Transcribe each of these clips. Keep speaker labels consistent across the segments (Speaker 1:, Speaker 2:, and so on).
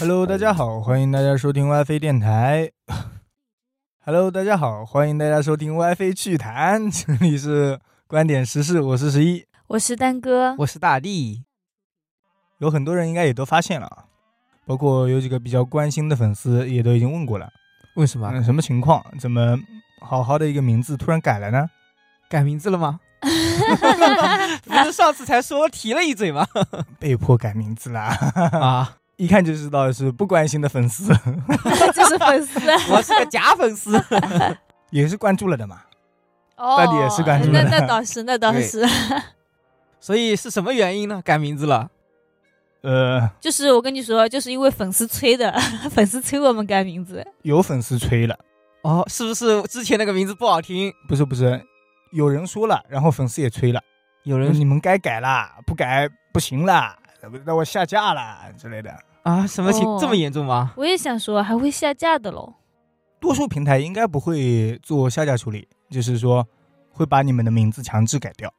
Speaker 1: Hello，大家好，欢迎大家收听 WiFi 电台。Hello，大家好，欢迎大家收听 WiFi 趣谈， 这里是观点时事，我是十一。
Speaker 2: 我是丹哥，
Speaker 3: 我是大力，
Speaker 1: 有很多人应该也都发现了，啊，包括有几个比较关心的粉丝也都已经问过了，
Speaker 3: 为什么
Speaker 1: 嗯，什么情况？怎么好好的一个名字突然改了呢？
Speaker 3: 改名字了 吗？不是上次才说提了一嘴吗？
Speaker 1: 被迫改名字啦，
Speaker 3: 啊，
Speaker 1: 一看就知道是不关心的粉丝，
Speaker 2: 就是粉丝
Speaker 3: 我是个假粉丝。
Speaker 1: 也是关注了的嘛。
Speaker 2: 哦
Speaker 1: 到底也是关注
Speaker 2: 那
Speaker 1: 的
Speaker 2: 那倒是，那倒是，
Speaker 3: 所以是什么原因呢？改名字了？
Speaker 1: 呃，
Speaker 2: 就是我跟你说，就是因为粉丝催的， 粉丝催我们改名字，
Speaker 1: 有粉丝吹了，
Speaker 3: 哦，是不是之前那个名字不好听？
Speaker 1: 不是不是，有人说了，然后粉丝也吹了，
Speaker 3: 有人
Speaker 1: 你们该改啦，不改不行啦，那我下架啦之类的。
Speaker 3: 啊，什么情、
Speaker 2: 哦
Speaker 3: 这么严重吗？
Speaker 2: 我也想说还会下架的喽。
Speaker 1: 多数平台应该不会做下架处理，就是说会把你们的名字强制改掉。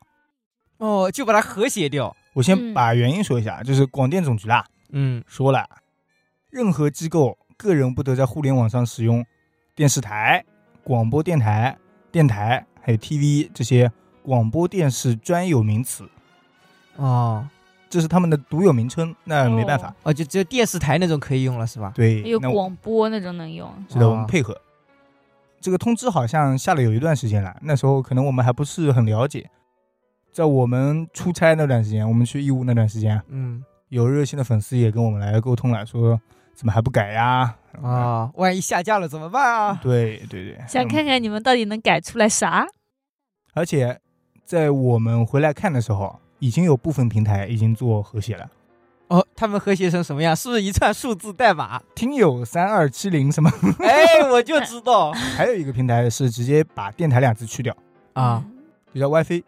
Speaker 3: 哦，就把它和谐掉。
Speaker 1: 我
Speaker 2: 嗯
Speaker 1: 先把原因说一下，就是广电总局啦
Speaker 3: 嗯，
Speaker 1: 说了，任何机构、个人不得在互联网上使用电视台、广播电台、电台还有 TV 这些广播电视专有名词，
Speaker 3: 哦，
Speaker 1: 这是他们的独有名称，那嗯没办法。
Speaker 2: 哦
Speaker 3: 哦，就只有电视台那种可以用了是吧？
Speaker 1: 对，
Speaker 2: 有
Speaker 1: 那我嗯
Speaker 2: 广播那种能用，
Speaker 1: 是的，
Speaker 3: 哦
Speaker 1: 我们配合。这个通知好像下了有一段时间了，那时候可能我们还不是很了解。在我们出差那段时间，我们去义乌那段时间，啊
Speaker 3: 嗯，
Speaker 1: 有热心的粉丝也跟我们来沟通了，说怎么还不改呀？
Speaker 3: 哦，万一下架了怎么办啊？
Speaker 1: 对对对，
Speaker 2: 想看
Speaker 1: 嗯。
Speaker 2: 看你们到底能改出来啥。
Speaker 1: 而且在我们回来看的时候，已经有部分平台已经做和谐了。
Speaker 3: 哦，他们和谐成什么样？是不是一串数字代码？
Speaker 1: 听友三二七零什么，
Speaker 3: 哎，我就知道
Speaker 1: 还有一个平台是直接把“电台”两字去掉，
Speaker 3: 啊，
Speaker 2: 嗯，
Speaker 1: 就叫 WiFi，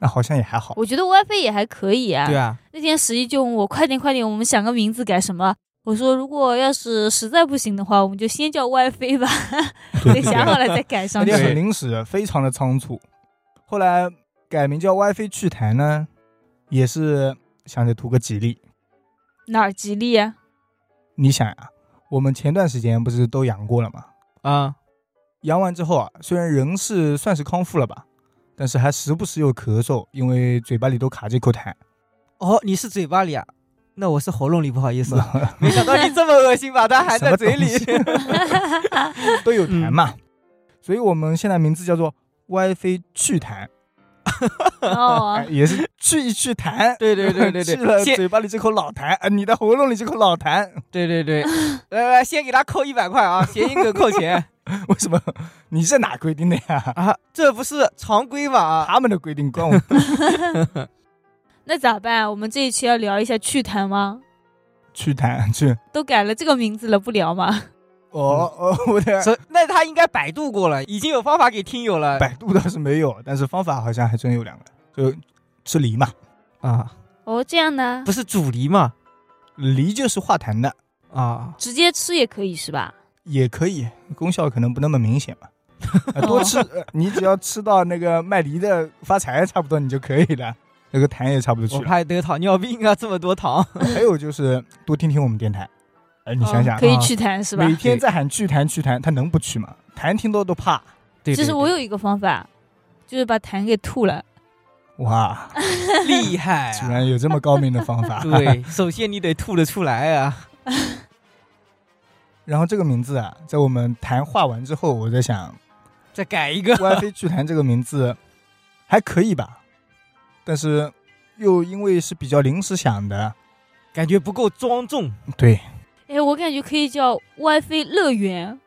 Speaker 1: 那好像也还好。
Speaker 2: 我觉得 WiFi 也还可以啊。
Speaker 3: 对啊，
Speaker 2: 那天十一就问我，快点快点，我们想个名字改什么？我说如果要是实在不行的话，我们就先叫 WiFi 吧，
Speaker 1: 对
Speaker 2: 得想好了再改
Speaker 1: 那
Speaker 2: 上去
Speaker 1: 天。
Speaker 3: 对
Speaker 1: 很临时，非常的仓促。后来改名叫 WiFi 趣谈呢，也是想着图个吉利。
Speaker 2: 哪儿吉利啊？
Speaker 1: 你想啊，我们前段时间不是都阳过了吗？
Speaker 3: 啊，
Speaker 1: 阳完之后啊，虽然人是算是康复了吧，但是还时不时有咳嗽，因为嘴巴里都卡着一口痰。
Speaker 3: 哦，你是嘴巴里啊？那我是喉咙里，不好意思啊，没想到你这么恶心，把它含在嘴里。
Speaker 1: 什么都有痰嘛，
Speaker 3: 嗯
Speaker 1: 所以我们现在名字叫做 WiFi 趣谈，
Speaker 2: 哦
Speaker 1: 哎，也是去一去痰。
Speaker 3: 对啊对对 对
Speaker 1: 去了
Speaker 3: 对，先
Speaker 1: 嘴巴里这口老痰，啊，你的喉咙里这口老痰，
Speaker 3: 对对对，来来，先给他扣一百块啊，谐音梗扣钱
Speaker 1: 为什么？你这哪规定的呀？
Speaker 3: 啊，这不是常规啊吗？
Speaker 1: 他们的规定关我。
Speaker 2: 那咋办？我们这一期要聊一下趣谈吗？
Speaker 1: 去谈去。
Speaker 2: 都改了这个名字了，不聊吗？
Speaker 1: 哦哦，我的
Speaker 3: 所以那他应该百度过了，已经有方法给听友 了
Speaker 1: 百度倒是没有，但是方法好像还真有两个，就吃梨嘛，
Speaker 3: 啊，
Speaker 2: 哦，这样呢
Speaker 3: 不？是主题嘛
Speaker 1: 梨就是化痰的，
Speaker 3: 啊，
Speaker 2: 直接吃也可以是吧？
Speaker 1: 也可以，功效可能不那么明显嘛。 啊多吃，呃你只要吃到那个卖梨的发财，差不多你就可以了，那个痰也差不多
Speaker 3: 我
Speaker 1: 去了。
Speaker 3: 怕得糖尿病啊，这么多糖，
Speaker 1: 还有就是多听听我们电台，哎，你想想
Speaker 2: 哦可，以
Speaker 3: 啊
Speaker 2: 趣谈是吧？
Speaker 1: 每天在喊去痰去痰，他能不去吗？痰听到都怕，
Speaker 3: 对，
Speaker 2: 其实
Speaker 3: 对
Speaker 2: 我有
Speaker 3: 对
Speaker 2: 一个方法，就是把痰给吐了。
Speaker 1: 哇，
Speaker 3: 厉害
Speaker 1: 居
Speaker 3: 啊，
Speaker 1: 然有这么高明的方 法。
Speaker 3: 对，首先你得吐得出来啊，
Speaker 1: 然后这个名字啊，在我们谈话完之后，我在 想
Speaker 3: 再改一个，
Speaker 1: ，WiFi 剧谈这个名字还可以吧，但是又因为是比较临时想的，
Speaker 3: 感觉不够庄重，
Speaker 1: 对，
Speaker 2: 哎，我感觉可以叫 WiFi 乐园，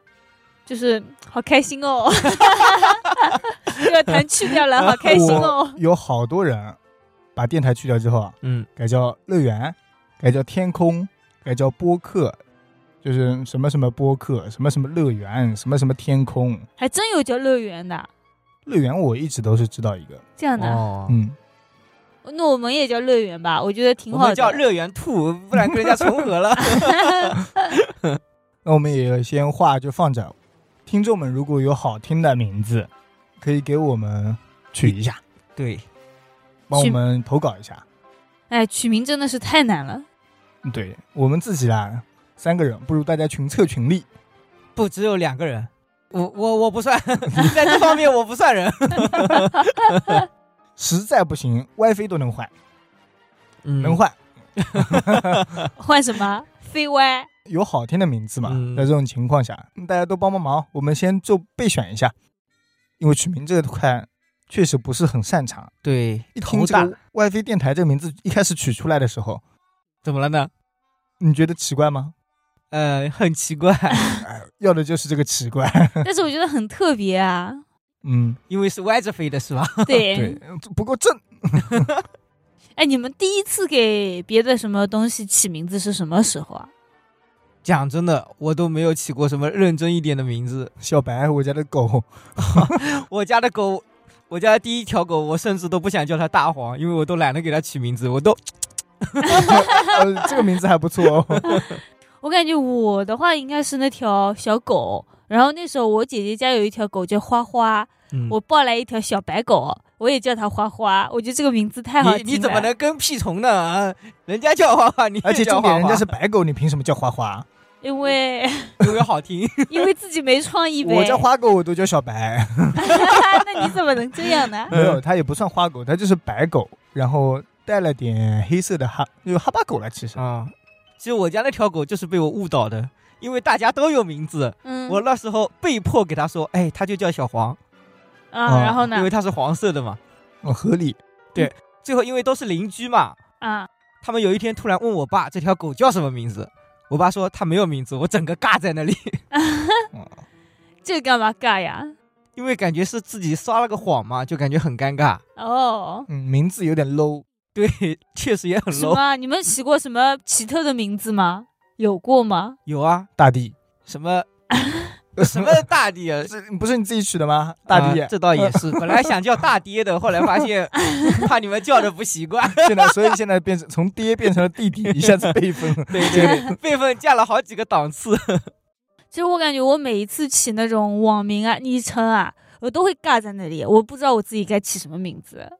Speaker 2: 就是好开心哦， 这个痰去掉了，好开心哦。
Speaker 1: 有好多人把电台去掉之后啊，
Speaker 3: 嗯，
Speaker 1: 改叫乐园，改叫天空，改叫播客，就是什么什么播客，什么什么乐园，什么什么天空。
Speaker 2: 还真有叫乐园的，
Speaker 1: 乐园我一直都是知道一个，
Speaker 2: 这样的。啊
Speaker 3: 哦，
Speaker 1: 嗯，
Speaker 2: 那我们也叫乐园吧，我觉得挺
Speaker 3: 我
Speaker 2: 好
Speaker 3: 们
Speaker 2: 的。
Speaker 3: 叫乐园兔，不然跟人家重合 了。
Speaker 1: 那我们也先话就放着，听众们如果有好听的名字，可以给我们取一下，
Speaker 3: 对，
Speaker 1: 帮我们投稿一下。
Speaker 2: 哎，取名真的是太难了。
Speaker 1: 对我们自己啦，三个人，不如大家群策群力。
Speaker 3: 不只有两个人，我我我不算， 在这方面我不算人。
Speaker 1: 实在不行，WiFi 都能换，
Speaker 3: 嗯
Speaker 1: 能换。
Speaker 2: 换什么？飞歪？
Speaker 1: 有好听的名字嘛？
Speaker 3: 嗯
Speaker 1: 在这种情况下，大家都帮帮忙，我们先做备选一下，因为取名这块确实不是很擅长。
Speaker 3: 对，
Speaker 1: 一听这个 WiFi 电台这个名字一开始取出来的时候，
Speaker 3: 怎么了呢？
Speaker 1: 你觉得奇怪吗？
Speaker 3: 呃，很奇怪，
Speaker 1: 要的就是这个奇怪。
Speaker 2: 但是我觉得很特别 啊。
Speaker 1: 嗯，
Speaker 3: 因为是歪着飞的是吧？
Speaker 2: 对，
Speaker 1: 对，不够正。
Speaker 2: 哎，你们第一次给别的什么东西起名字是什么时候啊？
Speaker 3: 讲真的，我都没有起过什么认真一点的名字。
Speaker 1: 小白，我家的 狗，
Speaker 3: 我家的狗，我家的第一条狗，我甚至都不想叫它大黄，因为我都懒得给它取名字，我都
Speaker 1: 呃，这个名字还不错 哦。
Speaker 2: 我感觉我的话应该是那条小狗，然后那时候我姐姐家有一条狗叫花花，
Speaker 3: 嗯
Speaker 2: 我抱来一条小白狗，我也叫它花花，我觉得这个名字太好听了。
Speaker 3: 你你怎么能跟屁虫呢？啊人家叫花花，你也
Speaker 1: 而且
Speaker 3: 叫
Speaker 1: 重
Speaker 3: 花
Speaker 1: 点，人
Speaker 3: 花
Speaker 1: 家是白狗，你凭什么叫花花？
Speaker 2: 因为
Speaker 3: 因为好听，
Speaker 2: 因为自己没创意 呗。
Speaker 1: 我叫花狗，我都叫小白。
Speaker 2: 那你怎么能这样呢？
Speaker 1: 没有，它也不算花狗，它就是白狗，然后带了点黑色的哈，就是哈巴狗了，其实。
Speaker 3: 啊。其实我家那条狗就是被我误导的，因为大家都有名字，
Speaker 2: 嗯，
Speaker 3: 我那时候被迫给它说，哎，它就叫小黄，
Speaker 2: 啊，
Speaker 1: 哦
Speaker 2: 然后
Speaker 3: 因
Speaker 2: 呢
Speaker 3: 为？它是黄色的嘛。
Speaker 1: 哦，合理。
Speaker 3: 最后因为都是邻居嘛，
Speaker 2: 啊，
Speaker 3: 他们有一天突然问我爸这条狗叫什么名字，我爸说它没有名字，我整个尬在那里，
Speaker 2: 这干嘛尬呀？
Speaker 3: 因为感觉是自己撒了个谎嘛，就感觉很尴尬。
Speaker 2: 哦，
Speaker 1: 嗯，名字有点 low，
Speaker 3: 对，确实也 很
Speaker 2: 什
Speaker 3: low。
Speaker 2: 么？你们起过什么奇特的名字吗？有过吗？
Speaker 3: 有啊，
Speaker 1: 大地。
Speaker 3: 什么什么大 爹，
Speaker 1: 这不是你自己取的吗？大地，
Speaker 3: 啊这倒也是。本来想叫大爹的，后来发现怕你们叫着不习惯，
Speaker 1: 现在所以现在变成从爹变成了弟弟，一下子辈分。
Speaker 3: 对对对，辈分降了好几个档次。
Speaker 2: 其实我感觉我每一次起那种网名啊、昵称啊，我都会尬在那里，我不知道我自己该起什么名字。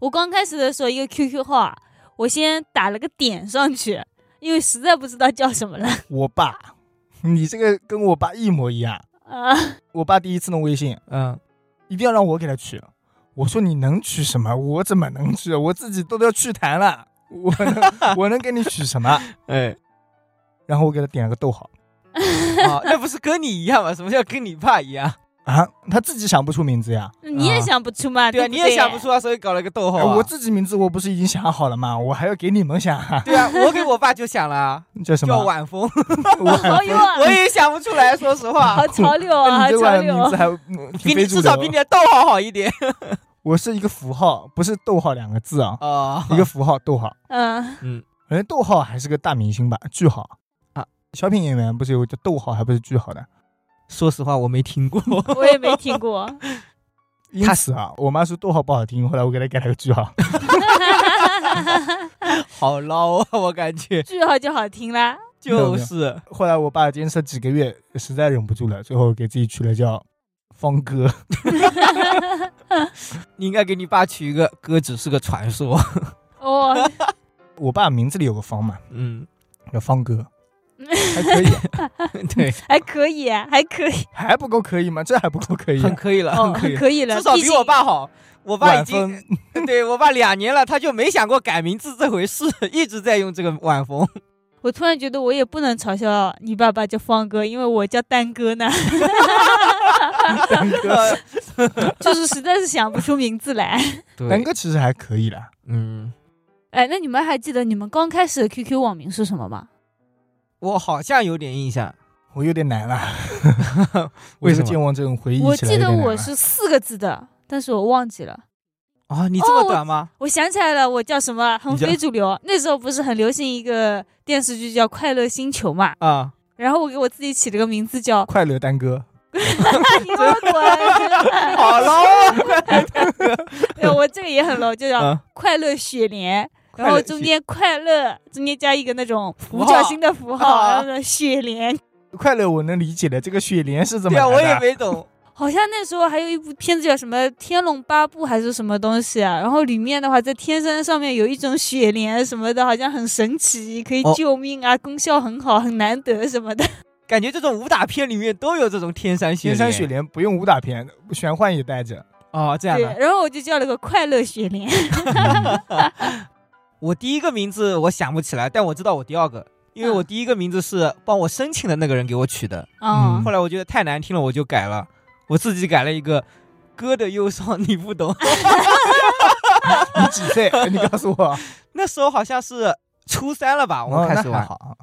Speaker 2: 我刚开始的时候，一个 QQ 号啊，我先打了个点上去，因为实在不知道叫什么了
Speaker 1: 我爸，你这个跟我爸一模一样。
Speaker 2: 啊。
Speaker 1: 我爸第一次弄微信，
Speaker 3: 嗯，
Speaker 1: 一定要让我给他取。我说你能取什么？我怎么能取？我自己都要去谈了，我 能我能给你取什么？
Speaker 3: 哎，
Speaker 1: 然后我给他点了个逗号
Speaker 3: 啊，那不是跟你一样吗？什么叫跟你爸一样？
Speaker 1: 啊，他自己想不出名字呀。
Speaker 2: 你也想不出嘛？
Speaker 3: 对啊，
Speaker 2: 不
Speaker 3: 你也想不出啊，所以搞了个逗号
Speaker 1: 哎
Speaker 3: 啊。
Speaker 1: 我自己名字我不是已经想好了吗？我还要给你们想啊
Speaker 3: 对啊，我给我爸就想 了啊，
Speaker 1: 叫什
Speaker 3: 叫
Speaker 1: 么？
Speaker 3: 晚风，
Speaker 2: 好有啊，
Speaker 3: 我也想不出来，说实话
Speaker 2: 好。潮流
Speaker 3: 哦
Speaker 1: 那
Speaker 2: 啊，好
Speaker 1: 你这
Speaker 2: 潮
Speaker 1: 块
Speaker 2: 流
Speaker 1: 名字
Speaker 2: 啊。
Speaker 1: 还嗯
Speaker 3: 比
Speaker 1: 挺
Speaker 3: 你
Speaker 1: 非主
Speaker 3: 至少比
Speaker 1: 流
Speaker 3: 你。的逗号好一点
Speaker 1: 我是一个符号，不是逗号两个字啊，
Speaker 3: 啊
Speaker 1: 一个符号逗号。
Speaker 2: 嗯，
Speaker 1: 反正逗号还是个大明星吧，句号
Speaker 3: 啊。
Speaker 1: 小品演员不是有叫逗号，还不是句号的。
Speaker 3: 说实话，我没听过。
Speaker 2: 我也没听过。
Speaker 1: 因此啊，我妈说逗号不好听，后来我给她改了个句号。
Speaker 3: 好捞啊，我感 觉
Speaker 2: 句号就好听啦。
Speaker 3: 就是
Speaker 1: 后来我爸坚持了几个月，实在忍不住了，最后给自己取了叫方哥。
Speaker 3: 你应该给你爸取一个“哥只是个传说
Speaker 2: 哦，
Speaker 1: 我爸名字里有个方嘛”。，
Speaker 3: 嗯，
Speaker 1: 叫方哥，还可以，
Speaker 3: 对，
Speaker 2: 还可以，啊还可以，
Speaker 1: 还不够可以吗？这还不够可以啊、
Speaker 3: 很可以了，
Speaker 2: 哦，
Speaker 3: 很可以
Speaker 2: 很
Speaker 3: 了，
Speaker 2: 可以了。
Speaker 3: 至少
Speaker 2: 毕
Speaker 3: 比
Speaker 2: 竟
Speaker 3: 我爸好。我爸已
Speaker 1: 晚
Speaker 3: 经
Speaker 1: 风
Speaker 3: 对我爸两年了，他就没想过改名字这回事， 一直在用这个晚 风。
Speaker 2: 我突然觉得我也不能嘲笑你爸爸叫方哥，因为我叫丹哥 呢，
Speaker 1: 南哥，
Speaker 2: 就是实在是想不出名字来。
Speaker 1: 南
Speaker 3: 对，
Speaker 1: 哥其实还可以啦。
Speaker 3: 嗯，
Speaker 2: 哎，那你们还记得你们刚开始的 QQ 网名是什么吗？
Speaker 3: 我好像有点印象，
Speaker 1: 我有点难啊 了，
Speaker 3: 为
Speaker 1: 为
Speaker 3: 什
Speaker 1: 了
Speaker 3: 么
Speaker 1: 健忘症回忆起来
Speaker 2: 我记
Speaker 1: 有
Speaker 2: 得
Speaker 1: 点难啊
Speaker 2: 我
Speaker 1: 了
Speaker 2: 是四个字的，但是我忘记了。
Speaker 3: 啊，你这么
Speaker 2: 哦
Speaker 3: 短吗？
Speaker 2: 我想起来了，我叫什么？很
Speaker 3: 你叫
Speaker 2: 非主 流。那时候不是很流行一个电视剧叫《快乐星球》嘛，
Speaker 3: 啊，
Speaker 2: 然后我给我自己起了个名字叫
Speaker 1: 快乐丹哥，
Speaker 2: 你给我滚！
Speaker 3: 好了，
Speaker 2: 对，我这个也很 low，就叫
Speaker 3: 嗯
Speaker 2: 快乐雪莲，
Speaker 3: 快
Speaker 2: 然
Speaker 3: 乐
Speaker 2: 后中
Speaker 3: 雪
Speaker 2: 间快乐中间加一个那种
Speaker 3: 符
Speaker 2: 五角
Speaker 3: 号
Speaker 2: 星的符号，
Speaker 3: 啊
Speaker 2: 然后呢雪莲。
Speaker 1: 快乐我能理解的，这个雪莲是怎么
Speaker 3: 对
Speaker 1: 来
Speaker 3: 啊，
Speaker 1: 的？
Speaker 3: 我也没懂。
Speaker 2: 好像那时候还有一部片子叫什么《天龙八部》还是什么东西啊，然后里面的话在天山上面有一种雪莲什么的，好像很神奇，可以
Speaker 3: 哦
Speaker 2: 救命啊，功效很好，很难得什么的。
Speaker 3: 感觉这种武打片里面都有这种天山雪
Speaker 1: 天山雪
Speaker 3: 莲
Speaker 1: 莲不用武打片，玄幻也带着。
Speaker 3: 哦，这样
Speaker 2: 对
Speaker 3: 的。，
Speaker 2: 然后我就叫了个快乐雪莲。
Speaker 1: 嗯
Speaker 3: 我第一个名字我想不起来，但我知道我第二个，因为我第一个名字是帮我申请的那个人给我取的，
Speaker 2: 嗯
Speaker 1: 嗯
Speaker 3: 后来我觉得太难听了，我就改了，我自己改了一个“哥的忧伤你不懂
Speaker 1: 你几岁？ 你告诉我。” 。
Speaker 3: 那时候好像是初三了吧，我开始
Speaker 1: 哦那还
Speaker 3: 玩。
Speaker 1: 好。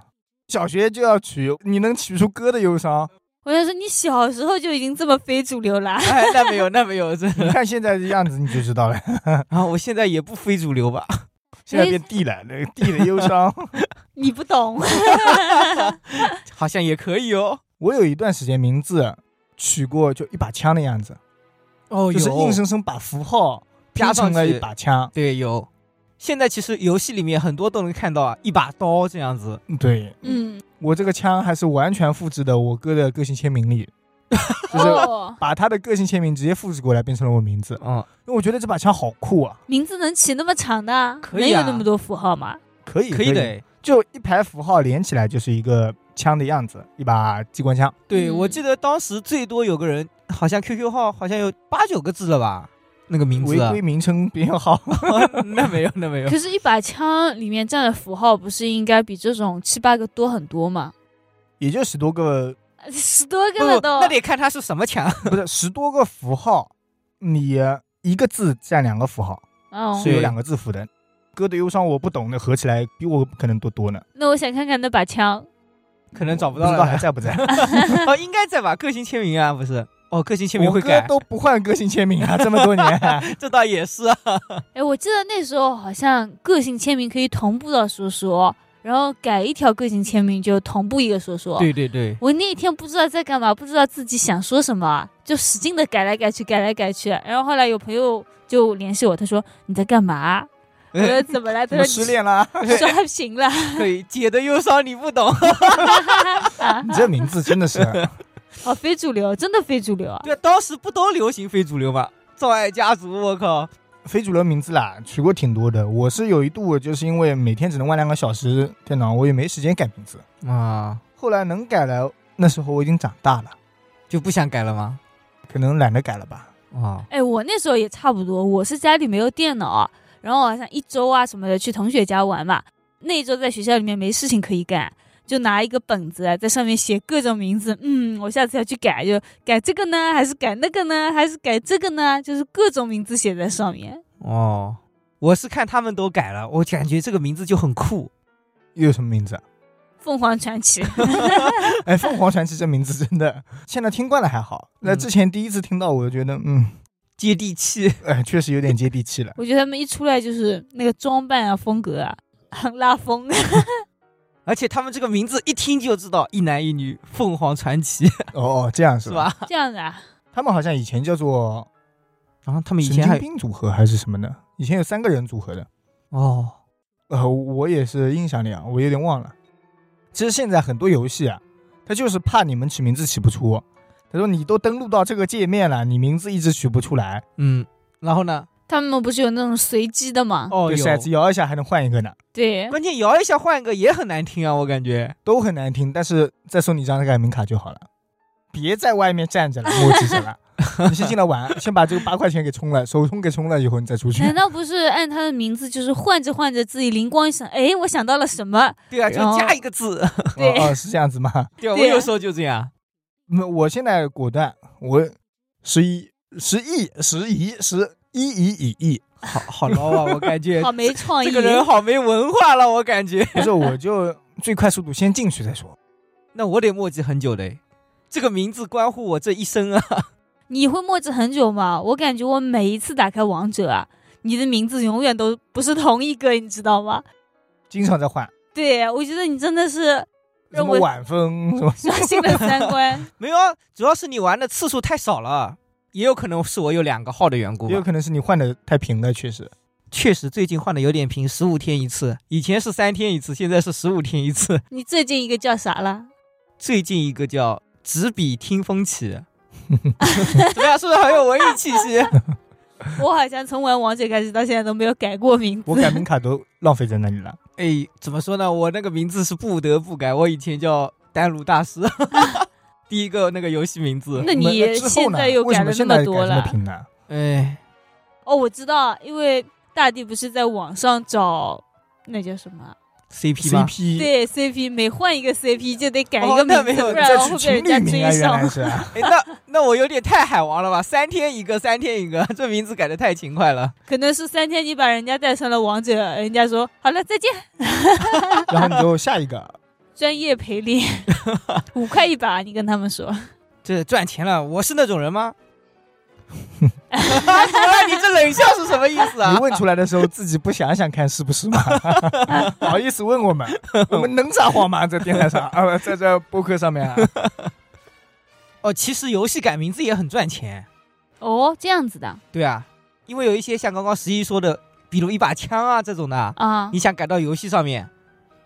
Speaker 1: 小学就要取，你能取出歌的忧伤？
Speaker 2: 我想说，你小时候就已经这么非主流啦。
Speaker 3: 哎，那没有，那没有，真
Speaker 1: 你
Speaker 3: 的。
Speaker 1: 看现在的样子你就知道了。
Speaker 3: 然后我现在也不非主流吧，
Speaker 1: 现在变地了，那个地的忧伤。
Speaker 2: 你不懂，
Speaker 3: 好像也可以哦。
Speaker 1: 我有一段时间名字取过就一把枪的样子，
Speaker 3: 哦
Speaker 1: 就是硬生生把符号拼
Speaker 3: 加上
Speaker 1: 成了
Speaker 3: 去
Speaker 1: 一把枪。
Speaker 3: 对有。现在其实游戏里面很多都能看到啊，一把刀这样子。
Speaker 1: 对
Speaker 2: 嗯，
Speaker 1: 我这个枪还是完全复制的我哥的个性签名里，就是
Speaker 2: 哦，
Speaker 1: 把他的个性签名直接复制过来变成了我名字。
Speaker 3: 嗯，
Speaker 1: 因为我觉得这把枪好酷啊，
Speaker 2: 名字能起那么长的啊，
Speaker 3: 可
Speaker 2: 能
Speaker 3: 以
Speaker 2: 有
Speaker 3: 啊
Speaker 2: 那么多符号吗？
Speaker 1: 可以
Speaker 3: 可以的哎诶。
Speaker 1: 就一排符号连起来就是一个枪的样子，一把机关枪。
Speaker 3: 对，
Speaker 2: 嗯
Speaker 3: 我记得当时最多有个人，好像 QQ 号好像有八九个字了吧，那个名
Speaker 1: 违
Speaker 3: 字。啊
Speaker 1: 规名称编号，
Speaker 3: 那没有，那没有。
Speaker 2: 可是，一把枪里面占的符号不是应该比这种七八个多很多吗？
Speaker 1: 也就十多个，
Speaker 2: 十多个
Speaker 3: 不
Speaker 2: 了
Speaker 3: 不，
Speaker 2: 都，
Speaker 3: 那得看他是什么墙。
Speaker 1: 不是十多个符号，你一个字占两个符号，
Speaker 2: 哦
Speaker 1: 是有
Speaker 3: 对
Speaker 1: 两个字符的。歌的忧伤我不懂，那合起来比我可能多多呢，
Speaker 2: 那我想看看那把枪，
Speaker 3: 可能找不
Speaker 1: 不知
Speaker 3: 到
Speaker 1: 道还
Speaker 3: 了。
Speaker 1: 在不在。
Speaker 3: 哦，应该在吧？个性签名啊，不是？哦，个性签名
Speaker 1: 我
Speaker 3: 会
Speaker 1: 哥
Speaker 3: 改，
Speaker 1: 都不换个性签名啊，这么多年。
Speaker 3: 这倒也是啊。
Speaker 2: 哎，我记得那时候好像个性签名可以同步到说说，然后改一条个性签名就同步一个说说。
Speaker 3: 对对对，
Speaker 2: 我那一天不知道在干嘛，不知道自己想说什么，啊就使劲的改来改去，改来改去。然后后来有朋友就联系我，他说你在干 嘛？我说怎么了？
Speaker 1: 怎
Speaker 2: 他说
Speaker 1: 么失恋了？
Speaker 2: 你刷不行了。
Speaker 3: 对，姐的忧伤你不懂。
Speaker 1: 你这名字真的是，
Speaker 2: 啊哦，非主流，真的非主流啊！
Speaker 3: 对，当时不都流行非主流吗？造爱家族，我靠！
Speaker 1: 非主流名字啦，取过挺多的。我是有一度就是因为每天只能玩两个小时电脑，我也没时间改名字。
Speaker 3: 啊，
Speaker 1: 后来能改了，那时候我已经长大了，
Speaker 3: 就不想改了吗？
Speaker 1: 可能懒得改了吧。
Speaker 3: 啊，
Speaker 2: 哎，我那时候也差不多，我是家里没有电脑，啊然后好像一周啊什么的去同学家玩嘛。那一周在学校里面没事情可以干，就拿一个本子啊在上面写各种名字。嗯，我下次要去改，就改这个呢，还是改那个呢，还是改这个呢？就是各种名字写在上面。
Speaker 3: 哦，我是看他们都改了，我感觉这个名字就很酷。
Speaker 1: 又有什么名字啊？
Speaker 2: 凤凰传奇，
Speaker 1: 哎，凤凰传奇这名字真的，现在听惯了还好。那
Speaker 3: 嗯
Speaker 1: 之前第一次听到，我就觉得，嗯，
Speaker 3: 接地气，
Speaker 1: 哎，确实有点接地气了。
Speaker 2: 我觉得他们一出来就是那个装扮啊、风格啊，很拉风。啊
Speaker 3: 而且他们这个名字一听就知道，一男一女，凤凰传奇
Speaker 1: 哦，这样是
Speaker 3: 是
Speaker 1: 吧？
Speaker 3: 吧？
Speaker 2: 这样的啊，
Speaker 1: 他们好像以前叫做
Speaker 3: 然后他们以
Speaker 1: 神
Speaker 3: 前
Speaker 1: 经
Speaker 3: 还
Speaker 1: 病组合还是什么的，以前有三个人组合的。
Speaker 3: 哦，
Speaker 1: 呃，我也是印象里啊，我有点忘了。其实现在很多游戏啊，他就是怕你们取名字起不出。他说你都登录到这个界面了，你名字一直取不出来，
Speaker 3: 嗯，然后呢？
Speaker 2: 他们不是有那种随机的吗？
Speaker 3: 哦
Speaker 1: 对，骰子摇一下还能换一个呢，
Speaker 2: 对，
Speaker 3: 关键摇一下换一个也很难听啊，我感觉。
Speaker 1: 都很难听。但是再送你一张改名卡就好了，别在外面站着了，磨叽着 了。你先进来玩，先把这个八块钱给充了，首充给充了以后你再 出去。
Speaker 2: 难道不是按他的名字，就是换着换着自己灵光一闪，哎，我想到了什么？
Speaker 3: 对啊，就
Speaker 2: 然后
Speaker 3: 加一个字。
Speaker 2: 对
Speaker 1: 哦哦，是这样子吗？
Speaker 3: 对啊，我
Speaker 2: 对啊
Speaker 3: 有时候就这样。
Speaker 1: 那我现在果断，我十一十亿十亿十一亿以亿，
Speaker 3: 好 好捞啊，我感觉
Speaker 2: 好没创意。
Speaker 3: 这个人好没文化了，我感觉。
Speaker 1: 不是我就最快速度先进去再说。
Speaker 3: 那我得墨迹很久嘞，这个名字关乎我这一生啊。
Speaker 2: 你会默制很久吗？我感觉我每一次打开王者啊，你的名字永远都不是同一个，你知道吗？
Speaker 1: 经常在换，
Speaker 2: 对，我觉得你真的是
Speaker 1: 什
Speaker 2: 认
Speaker 1: 么
Speaker 2: 为
Speaker 1: 晚风什么，
Speaker 2: 刷新了三观。
Speaker 3: 没有啊，主要是你玩的次数太少了，也有可能是我有两个号的缘故
Speaker 1: 也有
Speaker 3: 吧。
Speaker 1: 可能是你换的太频了，确实。
Speaker 3: 确实最近换的有点频，十五天一次，以前是三天一次，现在是十五天一次。
Speaker 2: 你最近一个叫啥了？
Speaker 3: 最近一个叫“执笔听风 起”，怎么样？是不是很有文艺气 息？
Speaker 2: 我好像从玩王者开始到现在都没有改过名字
Speaker 1: 我。改名卡都浪费在那里了。
Speaker 3: 哎，怎么说呢？我那个名字是不得不改，我以前叫丹炉大 师，第一个那个游戏名字。
Speaker 2: 那你
Speaker 1: 呃之后
Speaker 2: 现
Speaker 1: 呢
Speaker 2: 在又
Speaker 1: 为什
Speaker 2: 改了
Speaker 1: 么
Speaker 2: 那
Speaker 1: 现在
Speaker 2: 么
Speaker 1: 改
Speaker 2: 多
Speaker 1: 这么
Speaker 2: 了？
Speaker 1: 频呢？
Speaker 3: 哎，
Speaker 2: 哦，我知道，因为大地不是在网上找那叫什么啊？
Speaker 3: CP 吗？
Speaker 1: CP
Speaker 2: 对 CP，每换一个 CP 就得改一
Speaker 3: 哦
Speaker 2: 个名字，
Speaker 3: 那没有
Speaker 2: 不
Speaker 1: 这
Speaker 2: 然
Speaker 1: 取
Speaker 2: 会
Speaker 1: 情
Speaker 2: 被人家
Speaker 1: 侣名啊，
Speaker 2: 追
Speaker 1: 原来
Speaker 2: 上。
Speaker 1: 是啊
Speaker 3: 哎，那那我有点太海王了吧？三天一个，三天一个， 这名字改的太勤快了。
Speaker 2: 可能是三天你把人家带上了王者，人家说好了再见，
Speaker 1: 然后你就下一个，
Speaker 2: 专业陪 练五块一把，你跟他们说。
Speaker 3: 这赚钱了，我是那种人 吗？怎么了？你这冷笑是什么意思 啊
Speaker 1: 你？问出来的时候自己不想想看是不是嘛？ 好意思问我们，我们能撒谎吗？在电台上啊，在这播客上面啊，
Speaker 3: 哦，其实游戏改名字也很赚钱。
Speaker 2: 哦，这样子的
Speaker 3: 对啊，因为有一些像刚刚十一说的，比如一把枪啊这种的，
Speaker 2: 啊
Speaker 3: 你，想改到游戏上面，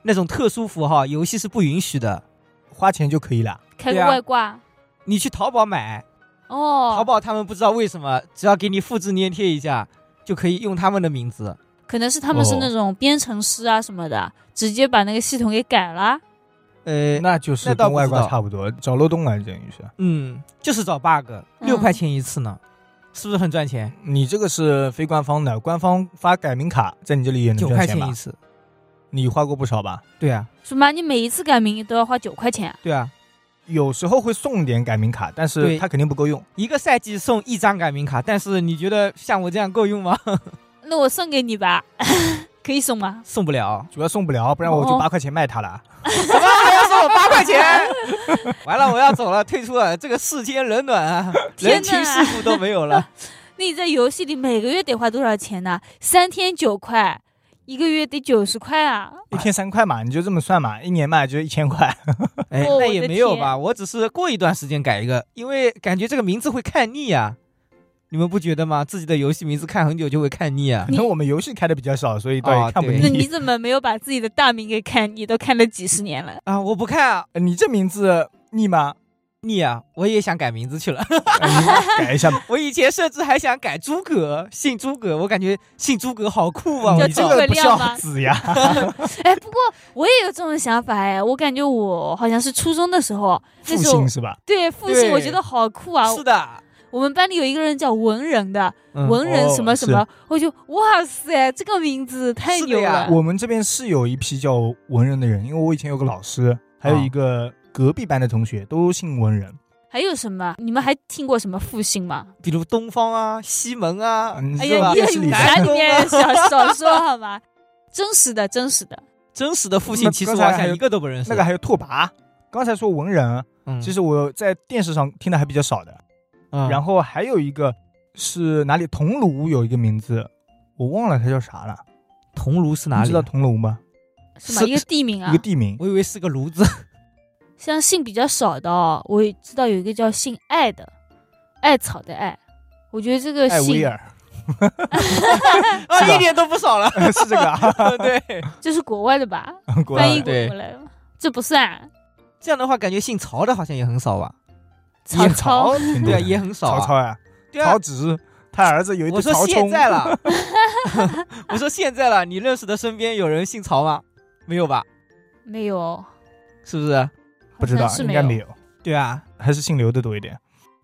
Speaker 3: 那种特殊符号，游戏是不允许的。
Speaker 1: 花钱就可以了。
Speaker 2: 开
Speaker 3: 对
Speaker 2: 个
Speaker 3: 啊
Speaker 2: 外挂。
Speaker 3: 你去淘宝买，
Speaker 2: 哦，
Speaker 3: 淘宝他们不知道为什么，只要给你复制粘贴一下，就可以用他们的名字。
Speaker 2: 可能是他们是
Speaker 1: 哦
Speaker 2: 那种编程师啊什么的，直接把那个系统给改了。
Speaker 3: 呃，
Speaker 1: 那就是
Speaker 3: 那倒
Speaker 1: 跟
Speaker 3: 不知
Speaker 1: 外挂
Speaker 3: 道
Speaker 1: 差不多，找漏洞了，等于是。
Speaker 3: 嗯，就是找 bug，
Speaker 2: 嗯
Speaker 3: 六块钱一次呢，是不是很赚钱？
Speaker 1: 你这个是非官方的，官方发改名卡，在你这里也能
Speaker 3: 九
Speaker 1: 赚
Speaker 3: 块
Speaker 1: 钱
Speaker 3: 钱
Speaker 1: 吧
Speaker 3: 一？次。
Speaker 1: 你花过不少吧？
Speaker 3: 对啊，
Speaker 2: 什么？你每一次改名都要花九块钱啊？
Speaker 3: 对啊，
Speaker 1: 有时候会送点改名卡，但是
Speaker 3: 对
Speaker 1: 它肯定不够用。，
Speaker 3: 一个赛季送一张改名卡，但是你觉得像我这样够用吗？
Speaker 2: 那我送给你吧， 可以送吗？
Speaker 3: 送不了
Speaker 1: 主要送不了，不然我就
Speaker 2: 哦
Speaker 1: 八块钱卖它了。啊
Speaker 3: 什么还要送我八块钱？ 完了，我要走了，退出了。这个世间冷暖啊，
Speaker 2: 天
Speaker 3: 人
Speaker 2: 哪
Speaker 3: 情世故都没有了。
Speaker 2: 那你在游戏里每个月得花多少钱呢？三天九块，一个月得九十块 啊！
Speaker 1: 一天三块嘛，你就这么算嘛，一年嘛就一千块。
Speaker 3: 哎，
Speaker 2: 哦
Speaker 3: 那
Speaker 2: 我
Speaker 3: 也
Speaker 2: 的
Speaker 3: 没有
Speaker 2: 天
Speaker 3: 吧，我只是过一段时间改一个，因为感觉这个名字会看腻啊。你们不觉得吗？自己的游戏名字看很久就会看腻啊
Speaker 1: 可。能我们游戏开的比较少，所以倒也
Speaker 3: 哦
Speaker 1: 看不
Speaker 3: 对
Speaker 2: 那
Speaker 1: 腻。
Speaker 2: 你怎么没有把自己的大名给看？你都看了几十年了，
Speaker 3: 啊，我不看啊，
Speaker 1: 呃你这名字腻 吗？
Speaker 3: 腻啊，我也想改名字去了。
Speaker 1: 呃你改一下吧。
Speaker 3: 我以前甚至还想改诸葛，姓诸葛，我感觉姓诸葛好酷啊！
Speaker 2: 叫
Speaker 3: 我
Speaker 1: 你这
Speaker 2: 诸葛
Speaker 1: 个不
Speaker 2: 亮
Speaker 1: 孝
Speaker 2: 吗
Speaker 1: 子呀！
Speaker 2: 哎，不过我也有这种想法哎，我感觉我好像是初中的时候，
Speaker 1: 复
Speaker 2: 那时候
Speaker 1: 兴是吧？
Speaker 2: 对复兴，
Speaker 3: 对
Speaker 2: 我觉得好酷啊！
Speaker 3: 是的，
Speaker 2: 我们班里有一个人叫文人的，
Speaker 3: 嗯
Speaker 2: 文人什么
Speaker 1: 哦
Speaker 2: 什么，我就哇塞，这个名字太
Speaker 3: 是的
Speaker 2: 牛
Speaker 3: 呀
Speaker 2: 了！
Speaker 1: 我们这边是有一批叫文人的人，因为我以前有个老师，还有一
Speaker 2: 啊
Speaker 1: 个隔壁班的同学都姓文人。
Speaker 2: 还有什么？你们还听过什么复兴吗？
Speaker 3: 比如东方啊、西门啊，
Speaker 1: 嗯
Speaker 2: 哎
Speaker 1: 是
Speaker 2: 呀，
Speaker 1: 吧
Speaker 2: 你
Speaker 1: 电视里
Speaker 2: 武侠
Speaker 3: 面
Speaker 2: 里面少少说好 吗？真实的，真实的，
Speaker 3: 真实的复
Speaker 1: 那
Speaker 3: 姓其实我
Speaker 1: 刚才
Speaker 3: 好
Speaker 1: 还
Speaker 3: 像
Speaker 1: 有
Speaker 3: 一个都不认识。
Speaker 1: 那个还有拓跋。刚才说文人，啊
Speaker 3: 嗯，
Speaker 1: 其
Speaker 3: 实
Speaker 1: 实我在电视上听的还比较少的。
Speaker 2: 嗯
Speaker 1: 然后还有一个是哪里？桐庐有一个名字，我忘了它叫啥了。
Speaker 3: 桐庐是哪
Speaker 1: 你
Speaker 3: 里
Speaker 1: 知？道桐庐吗？
Speaker 2: 是吗？
Speaker 3: 是
Speaker 2: 一个地啊名啊
Speaker 1: 一个，地名。
Speaker 3: 我以为是个炉子。
Speaker 2: 像姓比较少的哦，我也知道有一个叫姓艾的，艾草的艾，我觉得这个
Speaker 1: 艾薇
Speaker 2: 姓
Speaker 1: 儿 是
Speaker 3: 啊，
Speaker 1: 吧
Speaker 3: 一点都不 少了。
Speaker 1: 是这个啊？
Speaker 3: 对，
Speaker 2: 这是国外的吧？
Speaker 1: 果然
Speaker 2: 翻译过
Speaker 3: 对
Speaker 2: 过来了，这不算
Speaker 3: 这样的话，感觉姓曹的好像也很少吧？
Speaker 2: 曹
Speaker 1: 也
Speaker 2: 操。
Speaker 1: 挺多的
Speaker 3: 对啊，也很少、啊。
Speaker 1: 曹操呀，
Speaker 3: 对啊
Speaker 1: 曹，植，他儿子有一
Speaker 3: 我
Speaker 1: 对
Speaker 3: 说
Speaker 1: 曹
Speaker 3: 现
Speaker 1: 冲。
Speaker 3: 在了，我说现在了，你认识的身边有人姓曹吗？没有吧？
Speaker 2: 没有，
Speaker 3: 是不是？
Speaker 1: 不知
Speaker 2: 好
Speaker 1: 道
Speaker 2: 像，是
Speaker 1: 应
Speaker 2: 没
Speaker 1: 该
Speaker 2: 有。
Speaker 1: 没有，
Speaker 3: 对啊，
Speaker 1: 还是姓刘的多一点。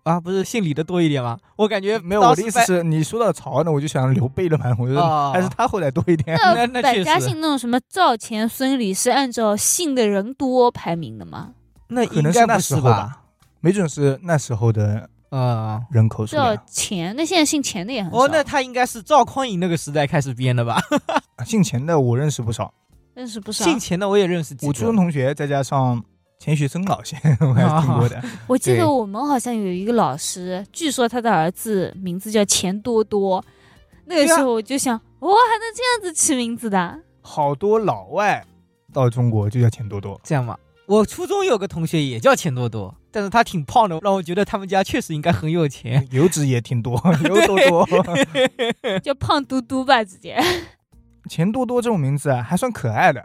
Speaker 3: 啊，不是姓李的多一点吗？我感觉
Speaker 1: 没有，啊
Speaker 3: 当
Speaker 1: 我的
Speaker 3: 时
Speaker 1: 意思
Speaker 3: 在
Speaker 1: 是你说到曹呢，我就想刘备了嘛，我就
Speaker 3: 哦
Speaker 1: 还是他后来多一点。
Speaker 3: 那那
Speaker 2: 那百
Speaker 3: 确
Speaker 2: 家
Speaker 3: 实
Speaker 2: 姓那种什么赵钱孙李是按照姓的人多排名的吗？
Speaker 3: 那
Speaker 1: 可能
Speaker 3: 应该
Speaker 1: 那
Speaker 3: 不
Speaker 1: 时
Speaker 3: 是
Speaker 1: 候
Speaker 3: 吧？
Speaker 1: 吧，没准是那时候的
Speaker 3: 嗯，
Speaker 1: 人口数
Speaker 2: 赵
Speaker 1: 量。
Speaker 2: 钱，那现在姓钱的也很少。
Speaker 3: 哦，
Speaker 1: 啊
Speaker 3: 那他应该是赵匡胤那个时代开始编的吧？
Speaker 1: 啊姓钱的我认识不少，
Speaker 2: 认识不少。
Speaker 3: 姓钱的我也认识
Speaker 1: 啊
Speaker 3: 几
Speaker 1: 我初
Speaker 3: 个
Speaker 1: 中。同学再加上钱学森老师，我还是听过的。
Speaker 2: 我记
Speaker 3: 对
Speaker 2: 得我们好像有一个老师，据说他的儿子名字叫钱多多。那个
Speaker 3: 对啊
Speaker 2: 时候我就想，哇，还能这样子起名字的？
Speaker 1: 好多老外到中国就叫钱多多，
Speaker 3: 这样吧，我初中有个同学也叫钱多多，但是他挺胖的，让我觉得他们家确实应该很有钱。
Speaker 1: 油脂也挺 多，油多多。
Speaker 2: 叫胖嘟嘟吧，直接
Speaker 1: 钱多多这种名字啊，还算可爱的。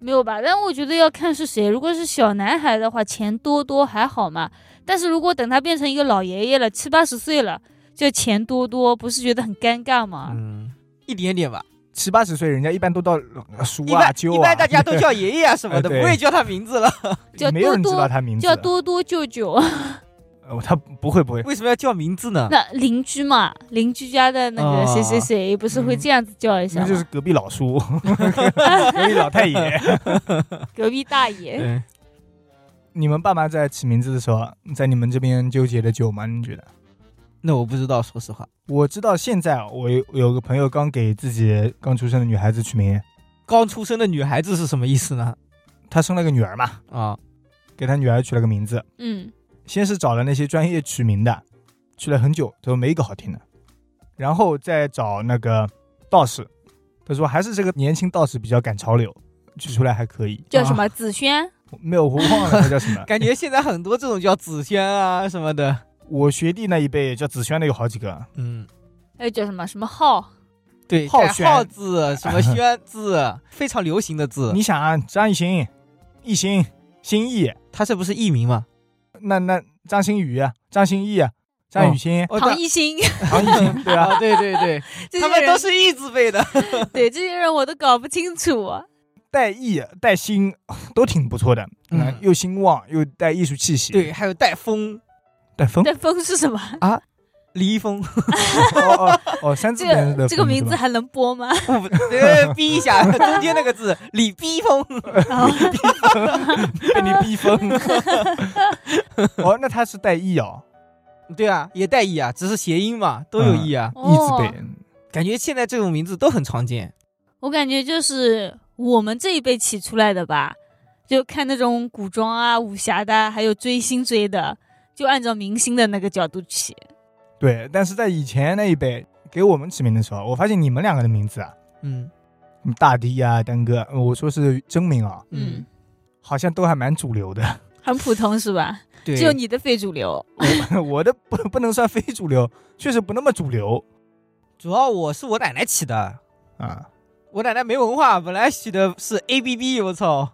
Speaker 2: 没有吧？但我觉得要看是谁，如果是小男孩的话，钱多多还好嘛。但是如果等他变成一个老爷爷了，七八十岁了，叫钱多多，不是觉得很尴尬吗？
Speaker 3: 嗯，一点点吧，
Speaker 1: 七八十岁人家一般都到呃叔
Speaker 3: 一
Speaker 1: 啊、
Speaker 3: 般
Speaker 1: 舅
Speaker 3: 一
Speaker 1: 啊
Speaker 3: 般，大家 都叫爷爷啊什么的，
Speaker 1: 哎对
Speaker 3: 不会叫他名 字了。
Speaker 2: 叫
Speaker 1: 没有人知
Speaker 2: 多多
Speaker 1: 道他名字啊
Speaker 2: 叫
Speaker 1: 的。
Speaker 2: 多多舅舅，
Speaker 1: 呃，他不会不会，
Speaker 3: 为什么要叫名字呢？
Speaker 2: 那邻居嘛，邻居家的那个
Speaker 3: 啊
Speaker 2: 谁谁谁，不是会这样子叫一
Speaker 1: 哦嗯
Speaker 2: 下
Speaker 1: 那就是
Speaker 2: 吗？
Speaker 1: 隔壁老 叔、隔壁老太爷。
Speaker 2: 隔壁大爷，
Speaker 3: 嗯，
Speaker 1: 你们爸妈在起名字的时候，啊在你们这边纠结的久吗？你觉得？
Speaker 3: 那我不知道，说实话，
Speaker 1: 我知道现在啊我有有个朋友刚给自己刚出生的女孩子取名，
Speaker 3: 刚出生的女孩子是什么意思呢？
Speaker 1: 她生了个女儿嘛，
Speaker 3: 啊，。
Speaker 1: 给她女儿取了个名字。
Speaker 2: 嗯，
Speaker 1: 先是找了那些专业取名的，取了很久，都没一个好听的，然后再找那个道士，他说还是这个年轻道士比较赶潮流，取出来还可以。啊
Speaker 2: 叫什么子轩？
Speaker 1: 没有，我忘了他叫什么
Speaker 3: 感觉现在很多这种叫子轩啊什么的。
Speaker 1: 我学弟那一辈叫子轩的有好几个，
Speaker 3: 嗯，
Speaker 2: 还有叫什么什么浩？
Speaker 3: 对，
Speaker 1: 浩
Speaker 3: 带
Speaker 1: 轩
Speaker 3: 浩字，什么轩字，非常流行的字。
Speaker 1: 你想啊，张艺兴、艺兴、兴艺，
Speaker 3: 他这不是艺名吗？
Speaker 1: 那那张馨予、啊张馨艺、张雨欣、
Speaker 3: 哦
Speaker 2: 唐艺昕，
Speaker 1: 唐艺昕，对啊，
Speaker 3: 啊，对对对，
Speaker 2: 这
Speaker 3: 他
Speaker 2: 些
Speaker 3: 们都
Speaker 2: 人
Speaker 3: 是艺字辈的。
Speaker 2: 对这些人我都搞不清楚。
Speaker 1: 带艺、带兴都挺不错的，
Speaker 3: 嗯
Speaker 1: 嗯，又兴旺又带艺术气息，，
Speaker 3: 对，还有带风，
Speaker 1: 带风。
Speaker 2: 但风是什
Speaker 3: 嗯
Speaker 2: 么？
Speaker 3: 离风，
Speaker 1: 哦哦哦，三字
Speaker 2: 这
Speaker 1: 边
Speaker 2: 个
Speaker 1: 的
Speaker 2: 这个
Speaker 1: 风
Speaker 2: 名
Speaker 1: 是吧
Speaker 2: 字还能播吗？
Speaker 3: 呃，逼一下中间那个字，李逼风。
Speaker 1: 被你逼疯。 哦，那他是带艺哦，
Speaker 3: 对啊，也带艺啊，只是谐音嘛，都有艺啊。
Speaker 1: 艺字
Speaker 2: 哦，
Speaker 1: 辈。
Speaker 3: 感觉现在这种名字都很常见。
Speaker 2: 我感觉就是我们这一辈起出来的吧，就看那种古装啊、武侠的啊，还有追星追的，就按照明星的那个角度起。
Speaker 1: 对，但是在以前那一辈给我们起名的时候，我发现你们两个的名字啊，
Speaker 3: 嗯
Speaker 1: 什么大迪啊、丹哥，呃我说是真名啊，
Speaker 2: 嗯，
Speaker 1: 好像都还蛮主流的。
Speaker 2: 很普通是吧？
Speaker 3: 对，
Speaker 2: 只有你的非主流。
Speaker 1: 我 我的不不能算非主流，确实不那么主流
Speaker 3: 主要我是我奶奶起的，
Speaker 1: 啊。
Speaker 3: 我奶奶没文化，本来起的是 A B B，我操，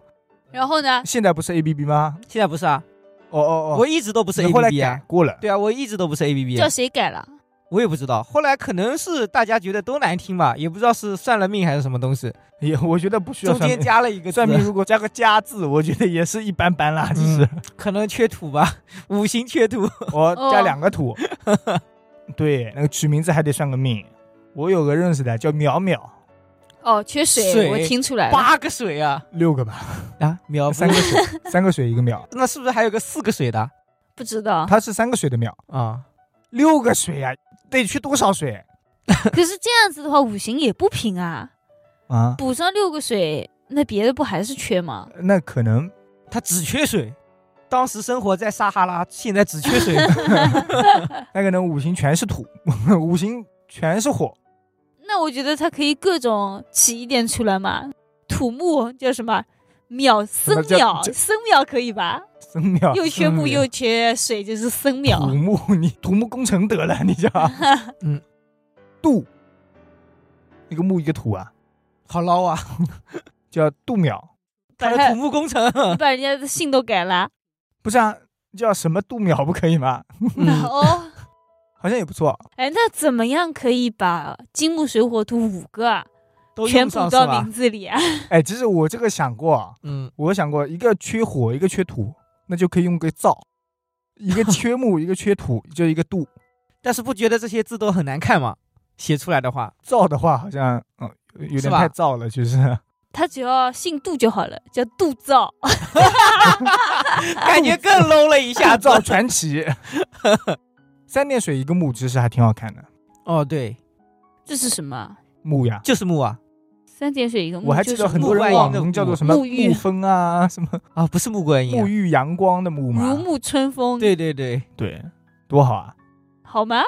Speaker 2: 然后呢？
Speaker 1: 现在不是 A B B 吗？
Speaker 3: 现在不是啊，
Speaker 1: 哦哦哦，
Speaker 3: 我一直都不是 A
Speaker 1: 你后
Speaker 3: B
Speaker 1: 来
Speaker 3: B
Speaker 1: 改
Speaker 3: 啊。
Speaker 1: 过了。
Speaker 3: 对啊，我一直都不是 A B B，
Speaker 2: 叫谁改了？
Speaker 3: 我也不知道。后来可能是大家觉得都难听吧，也不知道是算了命还是什么东西，
Speaker 1: 也我觉得不需要
Speaker 3: 中
Speaker 1: 算
Speaker 3: 间
Speaker 1: 命。
Speaker 3: 加了一个字
Speaker 1: 算命如果加个“加”字，我觉得也是一般般啦，
Speaker 3: 嗯
Speaker 1: 其 实。
Speaker 3: 可能缺土吧，五行 缺土。
Speaker 1: 我
Speaker 2: 哦
Speaker 1: 加两个土。
Speaker 3: 哦
Speaker 1: 对，那个取名字还得算个命。我有个认识的叫淼淼，
Speaker 2: 哦，缺水，
Speaker 3: 水
Speaker 2: 我听出来了。
Speaker 3: 八个水啊
Speaker 1: 六个吧，
Speaker 3: 啊，苗
Speaker 1: 三
Speaker 3: 三
Speaker 1: 个水，三个水一个淼，
Speaker 3: 那是不是还有个四个水的
Speaker 2: 不知 道，
Speaker 1: 他是三个水的淼，
Speaker 3: 啊？
Speaker 1: 六个水呀、得去多少水
Speaker 2: 可是这样子的话，五行也不平啊。
Speaker 1: 啊？
Speaker 2: 补上六个水，那别的不还是缺吗？
Speaker 1: 那可能
Speaker 3: 他只缺水，当时生活在撒哈拉，现在只 缺水。
Speaker 1: 那可能五行全是土，五行全是火，
Speaker 2: 那我觉得它可以各种起一点出来嘛。土木叫什么？秒
Speaker 1: 么
Speaker 2: 生
Speaker 1: 叫
Speaker 2: 秒，
Speaker 1: 叫
Speaker 2: 生秒可以吧？
Speaker 1: 生淼
Speaker 2: 又缺木
Speaker 1: 生淼
Speaker 2: 又缺水，就是生
Speaker 1: 土
Speaker 2: 秒。
Speaker 1: 木， 啊你土木工程得了，你 叫
Speaker 3: 嗯
Speaker 1: 杜，一个木一个土啊，
Speaker 3: 好 捞啊！
Speaker 1: 叫杜淼，
Speaker 2: 把
Speaker 3: 他
Speaker 1: 哎
Speaker 2: 它
Speaker 3: 的土木工程，
Speaker 1: 啊
Speaker 2: 你把人家的姓都改 了，
Speaker 1: 不是啊，叫什么杜淼不可以吗？
Speaker 3: 嗯，
Speaker 2: 哦，
Speaker 1: 好像也不错，
Speaker 2: 哎，那怎么样可以把金木水火土五个啊
Speaker 3: 都
Speaker 2: 全
Speaker 3: 用
Speaker 2: 补
Speaker 3: 上
Speaker 2: 到
Speaker 3: 是吧
Speaker 2: 名？字里啊？
Speaker 1: 哎，其实我这个想过啊，
Speaker 3: 嗯，
Speaker 1: 我想过一个缺火，一个缺土，那就可以用个燥；一个缺木，一个缺土，就一个度。
Speaker 3: 但是不觉得这些字都很难看吗？写出来 的话，
Speaker 1: 燥的话好像嗯有有
Speaker 3: 是
Speaker 1: 点
Speaker 3: 吧
Speaker 1: 太燥了，就是
Speaker 2: 他只要姓杜就好了，叫杜造。
Speaker 3: 感觉更 low 了一
Speaker 1: 大
Speaker 3: 下子。
Speaker 1: 燥传 奇。三点水一个木，其实还挺好看的。
Speaker 3: 哦，对，
Speaker 2: 这是什么？
Speaker 1: 木呀，
Speaker 3: 就是木啊，
Speaker 2: 三点水一个木，
Speaker 1: 我还
Speaker 2: 嗯就
Speaker 1: 记
Speaker 2: 是
Speaker 1: 得很多
Speaker 2: 木
Speaker 1: 人
Speaker 3: 木
Speaker 1: 网
Speaker 3: 的
Speaker 1: 名叫做
Speaker 3: 木
Speaker 1: 什么
Speaker 2: 沐浴
Speaker 1: 沐风啊， 什么
Speaker 3: 啊，不是穆桂英
Speaker 1: 沐
Speaker 3: 啊。
Speaker 1: 浴阳光的沐
Speaker 2: 如
Speaker 1: 嘛，
Speaker 2: 沐春风，
Speaker 3: 对对对，
Speaker 1: 对，多好啊！
Speaker 2: 好吗？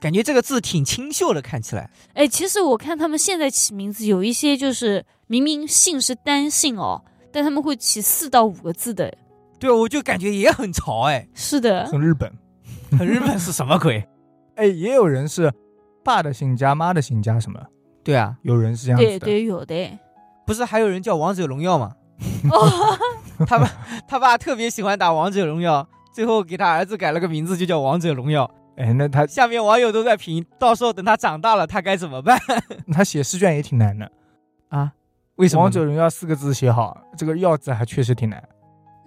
Speaker 3: 感觉这个字挺清秀的，看起来。
Speaker 2: 哎，其实我看他们现在起名字，有一些就是明明姓是单姓哦，但他们会起四到五个字的。
Speaker 3: 对，啊我就感觉也很潮 哎，
Speaker 2: 是的，
Speaker 1: 很日本。
Speaker 3: 日本是什么鬼？
Speaker 1: 哎，也有人是爸的姓加、妈的姓加什么，
Speaker 3: 对啊，
Speaker 1: 有人是这样子
Speaker 2: 对
Speaker 1: 的。
Speaker 2: 对，有的。
Speaker 3: 不是还有人叫王者荣耀吗？
Speaker 2: 哦，
Speaker 3: 他爸他爸特别喜欢打王者荣耀，最后给他儿子改了个名字，就叫王者荣耀。
Speaker 1: 哎，那他
Speaker 3: 下面网友都在评，到时候等他长大了，他该怎么办
Speaker 1: 他写试卷也挺难的，
Speaker 3: 啊？ 为什么呢？
Speaker 1: 王者荣耀四个字写好，这个“耀”字还确实挺难。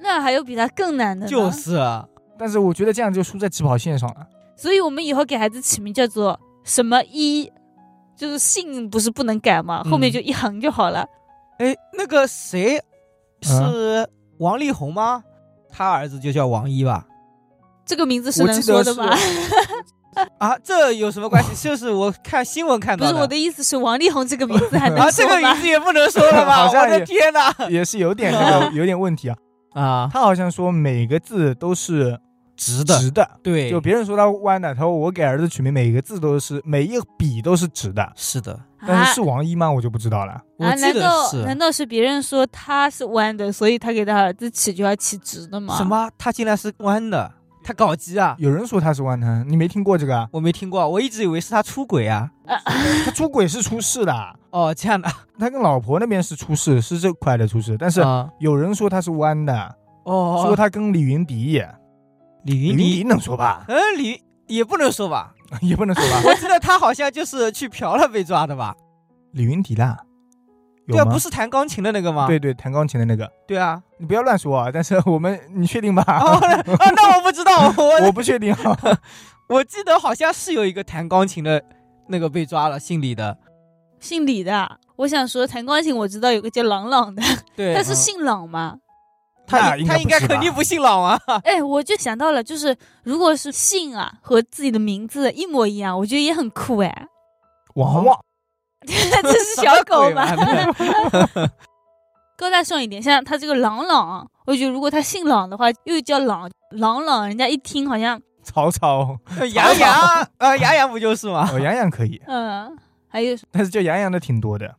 Speaker 2: 那还有比他更难的呢。
Speaker 3: 就是啊，
Speaker 1: 但是我觉得这样就输在起跑线上了。
Speaker 2: 所以我们以后给孩子起名叫做什么一，就是姓不是不能改嘛，
Speaker 3: 嗯
Speaker 2: 后面就一行就好了。
Speaker 3: 哎，那个谁是王力宏吗？他儿子就叫王一吧？
Speaker 2: 这个名字是
Speaker 1: 我
Speaker 2: 能
Speaker 1: 记
Speaker 2: 说
Speaker 1: 得
Speaker 2: 的
Speaker 1: 是
Speaker 2: 吗？
Speaker 3: 啊，这有什么关系？就是我看新闻看
Speaker 2: 不
Speaker 3: 到
Speaker 2: 是我
Speaker 3: 的
Speaker 2: 的意思是王力宏这个名字还能
Speaker 3: 啊，这
Speaker 2: 说
Speaker 3: 个
Speaker 2: 吗？
Speaker 3: 名字也不能说了 吧？
Speaker 1: 好像
Speaker 3: 我的
Speaker 1: 也
Speaker 3: 天哪！
Speaker 1: 也是有点这个有点问题啊。
Speaker 3: 啊，
Speaker 1: 他好像说每个字都是
Speaker 3: 直的，
Speaker 1: 直的，
Speaker 3: 对，
Speaker 1: 就别人说他弯的，他说我给儿子取名每个字都是每一笔都是直的，
Speaker 3: 是的，
Speaker 1: 但是是
Speaker 2: 啊
Speaker 1: 王一吗？我就不知道了。
Speaker 3: 我
Speaker 2: 啊，
Speaker 3: 记
Speaker 2: 难
Speaker 3: 得
Speaker 2: 道
Speaker 3: 是
Speaker 2: 难道是别人说他是弯的，所以他给他儿子起就要起直的吗？
Speaker 3: 什？么？他竟然是弯的，他搞基啊！
Speaker 1: 有人说他是弯的，你没听过这个 啊？
Speaker 3: 我没听过，我一直以为是他出轨啊。
Speaker 1: 他出轨是出事的，
Speaker 3: 哦，这样的
Speaker 1: 他跟老婆那边是出事，是这块的出事，但是
Speaker 3: 啊
Speaker 1: 有人说他是弯的，
Speaker 3: 哦，
Speaker 1: 说他跟李云迪，
Speaker 3: 李
Speaker 1: 李
Speaker 3: 云
Speaker 1: 云迪
Speaker 3: 迪，
Speaker 1: 能说 吧？
Speaker 3: 嗯，李也不能说吧？
Speaker 1: 也不能说吧？
Speaker 3: 我记得他好像就是去嫖了被抓的吧？
Speaker 1: 李云迪啦，有
Speaker 3: 对啊，
Speaker 1: 吗
Speaker 3: 不是啊弹钢琴的那个吗？
Speaker 1: 对对，弹钢琴的那个，
Speaker 3: 对啊。
Speaker 1: 你不要乱说啊！但是我们，你确定吧？
Speaker 3: 哦，那啊那我不知道，
Speaker 1: 我
Speaker 3: 我
Speaker 1: 不确定啊。
Speaker 3: 我记得好像是有一个弹钢琴的那个被抓了，姓李的。
Speaker 2: 姓李的？我想说弹钢琴，我知道有个叫郎朗的，
Speaker 3: 对，
Speaker 2: 但是
Speaker 3: 嗯
Speaker 2: 姓朗吗？
Speaker 3: 他
Speaker 1: 那
Speaker 3: 他应该
Speaker 1: 不是吧
Speaker 3: 肯定不姓朗啊。
Speaker 2: 哎，我就想到了，就是如果是姓啊和自己的名字一模一样，我觉得也很酷哎。
Speaker 1: 王王
Speaker 2: 这是小狗
Speaker 3: 什
Speaker 2: 吗？
Speaker 3: 么鬼玩意儿
Speaker 2: 高大上一点，像他这个朗朗，我觉得如果他姓朗的话，又叫朗朗朗，人家一听好像
Speaker 1: 曹 操，
Speaker 3: 呃杨洋啊，杨洋不就是吗？
Speaker 1: 哦，杨洋可以，
Speaker 2: 嗯。还有
Speaker 1: 但是叫杨洋的挺多的，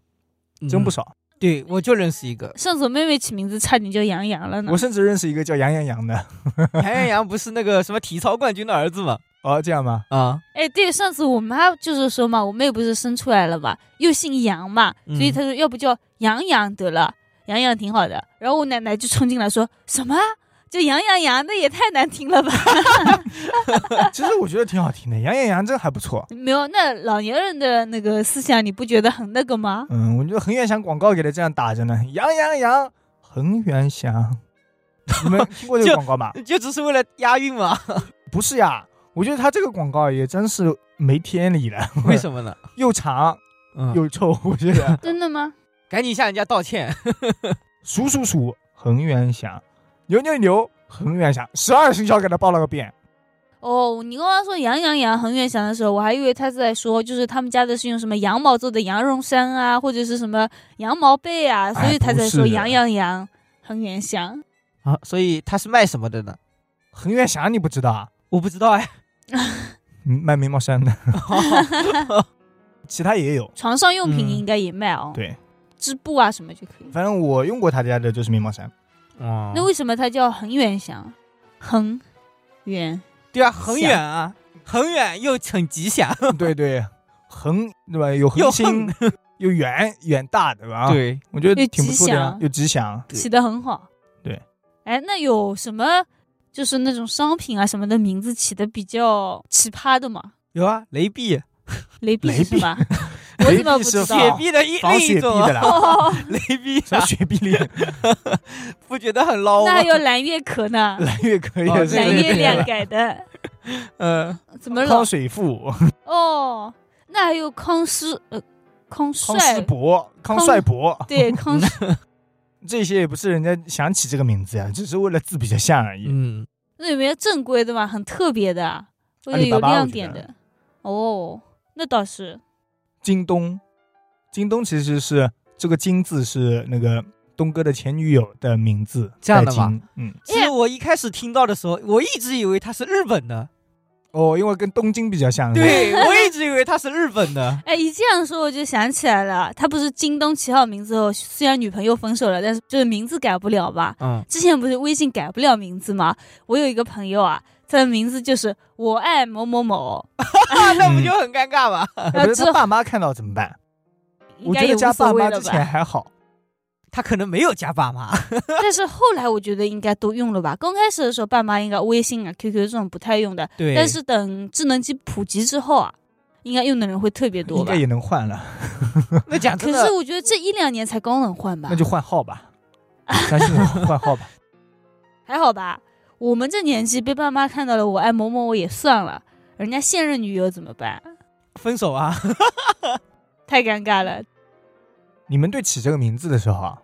Speaker 1: 真不
Speaker 3: 嗯是。
Speaker 1: 少。
Speaker 3: 对，我就认识一个
Speaker 2: 上次我妹妹起名字差点叫杨洋了呢
Speaker 1: 我。甚至认识一个叫杨洋洋的。
Speaker 3: 杨阳洋，不是那个什么体操冠军的儿子吗？
Speaker 1: 哦，这样吗？
Speaker 3: 啊，
Speaker 2: 哎，对，上次我妈就是说嘛，我妹不是生出来了嘛，又姓杨嘛，所以
Speaker 3: 嗯
Speaker 2: 她说要不叫杨洋得了，杨洋挺好的。然后我奶奶就冲进来说什么？就杨洋洋，那也太难听了吧？
Speaker 1: 其实我觉得挺好听的，杨洋洋这还不错。
Speaker 2: 没有，那老年人的那个思想，你不觉得很那个吗？
Speaker 1: 嗯，我觉得恒源祥广告给他这样打着呢，杨洋洋，恒源祥，你们听过这个
Speaker 3: 就
Speaker 1: 广告吗？
Speaker 3: 就只是为了押韵吗？
Speaker 1: 不是呀，我觉得他这个广告也真是没天理了，
Speaker 3: 为什么呢？
Speaker 1: 又长
Speaker 3: 嗯，
Speaker 1: 又臭，我觉得
Speaker 2: 真的吗？
Speaker 3: 赶紧向人家道歉。
Speaker 1: 数数数，恒源祥，牛牛牛，恒源祥，十二生肖给他报了个遍。
Speaker 2: 哦，你刚刚说杨洋洋恒源祥的时候，我还以为他是在说，就是他们家的是用什么羊毛做的羊绒衫啊，或者是什么羊毛被啊，所
Speaker 1: 哎
Speaker 2: 以他在
Speaker 1: 不
Speaker 2: 说
Speaker 1: 是的
Speaker 2: 杨洋洋恒源 祥。
Speaker 3: 啊，所以他是卖什么的呢？
Speaker 1: 恒源祥你不知道啊？
Speaker 3: 我不知道 哎。
Speaker 1: 嗯卖眉毛衫的，
Speaker 3: 哦
Speaker 1: 其他也有。
Speaker 2: 床上用品
Speaker 3: 嗯
Speaker 2: 应该也卖哦，
Speaker 1: 对，哦
Speaker 2: 织布啊什么就可以。
Speaker 1: 反正我用过他家的就是眉毛衫，
Speaker 3: 哦
Speaker 2: 那为什么它叫恒源祥？恒源
Speaker 3: 对啊，很远啊，很远又很吉祥。
Speaker 1: 对对，恒对吧？有恒
Speaker 3: 又
Speaker 1: 星， 又远远大，对吧？，
Speaker 3: 对，
Speaker 1: 我觉得
Speaker 2: 又
Speaker 1: 挺不
Speaker 2: 吉
Speaker 1: 错的呀
Speaker 2: 祥，
Speaker 1: 又吉祥。
Speaker 3: 对
Speaker 2: 起得很好。
Speaker 1: 对。
Speaker 2: 哎，那有什么就是那种商品啊什么的名字起的比较奇葩的吗？
Speaker 3: 有啊，雷碧、啊
Speaker 2: 雷碧
Speaker 1: 雷
Speaker 2: 是吧？我
Speaker 1: 雷
Speaker 2: 怎么
Speaker 1: 碧
Speaker 2: 不
Speaker 1: 是
Speaker 2: 知
Speaker 1: 防
Speaker 2: 道
Speaker 3: 雪？碧的一
Speaker 1: 防
Speaker 3: 另一
Speaker 1: 雪碧
Speaker 3: 种
Speaker 1: 的
Speaker 3: 啊，
Speaker 1: 啦，
Speaker 2: 哦，
Speaker 3: 雷碧
Speaker 1: 什么
Speaker 3: 啊，
Speaker 1: 雪碧里
Speaker 3: 不觉得很捞
Speaker 2: 那还
Speaker 3: 吗？
Speaker 2: 有蓝月 壳呢，
Speaker 1: 蓝月可以
Speaker 3: 哦，
Speaker 1: 这个
Speaker 3: 对
Speaker 2: 蓝月
Speaker 3: 对对
Speaker 2: 亮改的，
Speaker 3: 嗯，
Speaker 2: 怎么
Speaker 1: 康
Speaker 2: 了？
Speaker 1: 水富、
Speaker 2: 哦，那还有康师呃康帅
Speaker 1: 康师伯、康
Speaker 2: 康
Speaker 1: 帅伯，
Speaker 2: 对康师，
Speaker 1: 这些也不是人家想起这个名字呀，只是为了字比较像而已。
Speaker 3: 嗯，
Speaker 2: 那有没有正规的嘛？很特别的啊，或
Speaker 1: 阿
Speaker 2: 者
Speaker 1: 里
Speaker 2: 有
Speaker 1: 巴巴
Speaker 2: 亮
Speaker 1: 我觉
Speaker 2: 点
Speaker 1: 得
Speaker 2: 的？哦，那倒是
Speaker 1: 京东，京东其实是这个“京”字是那个东哥的前女友的名字，
Speaker 3: 这样的
Speaker 1: 代
Speaker 3: 吗
Speaker 1: 金？嗯，
Speaker 3: 其实我一开始听到的时候，我一直以为它是日本的，
Speaker 1: 哦，因为跟东京比较像。是吧，
Speaker 3: 对我一直以为他是日本的，
Speaker 2: 哎，一这样说我就想起来了，啊他不是京东起好名字后，虽然女朋友分手了，但是就是名字改不了吧？
Speaker 3: 嗯，
Speaker 2: 之前不是微信改不了名字吗？我有一个朋友啊，他的名字就是我爱某某某，
Speaker 3: 那不就很尴尬吗？
Speaker 1: 哎不是
Speaker 2: 之
Speaker 1: 他爸妈看到怎么办？
Speaker 2: 应
Speaker 1: 我
Speaker 2: 该
Speaker 1: 觉
Speaker 2: 也
Speaker 1: 得
Speaker 2: 无
Speaker 1: 加
Speaker 2: 所
Speaker 1: 爸
Speaker 2: 谓
Speaker 1: 妈
Speaker 2: 了
Speaker 1: 之前
Speaker 2: 吧。
Speaker 1: 还好。
Speaker 3: 他可能没有加爸 妈，
Speaker 2: 但是后来我觉得应该都用了吧。刚开始的时候，爸妈应该微信啊、QQ 这种不太用的，
Speaker 3: 对
Speaker 2: 但是等智能机普及之后啊，应该用的人会特别多
Speaker 1: 应
Speaker 2: 吧
Speaker 1: 该。也能换了，
Speaker 3: 那讲
Speaker 2: 可
Speaker 3: 真
Speaker 2: 是
Speaker 3: 的，
Speaker 2: 我觉得这一两年才刚能换吧，
Speaker 1: 那就换号 吧。相信我，换号吧。
Speaker 2: 还好吧。我们这年纪被爸妈看到了，我爱某某我也算了，人家现任女友怎么办？
Speaker 3: 分手啊，
Speaker 2: 太尴尬了。
Speaker 1: 你们对起这个名字的时候啊，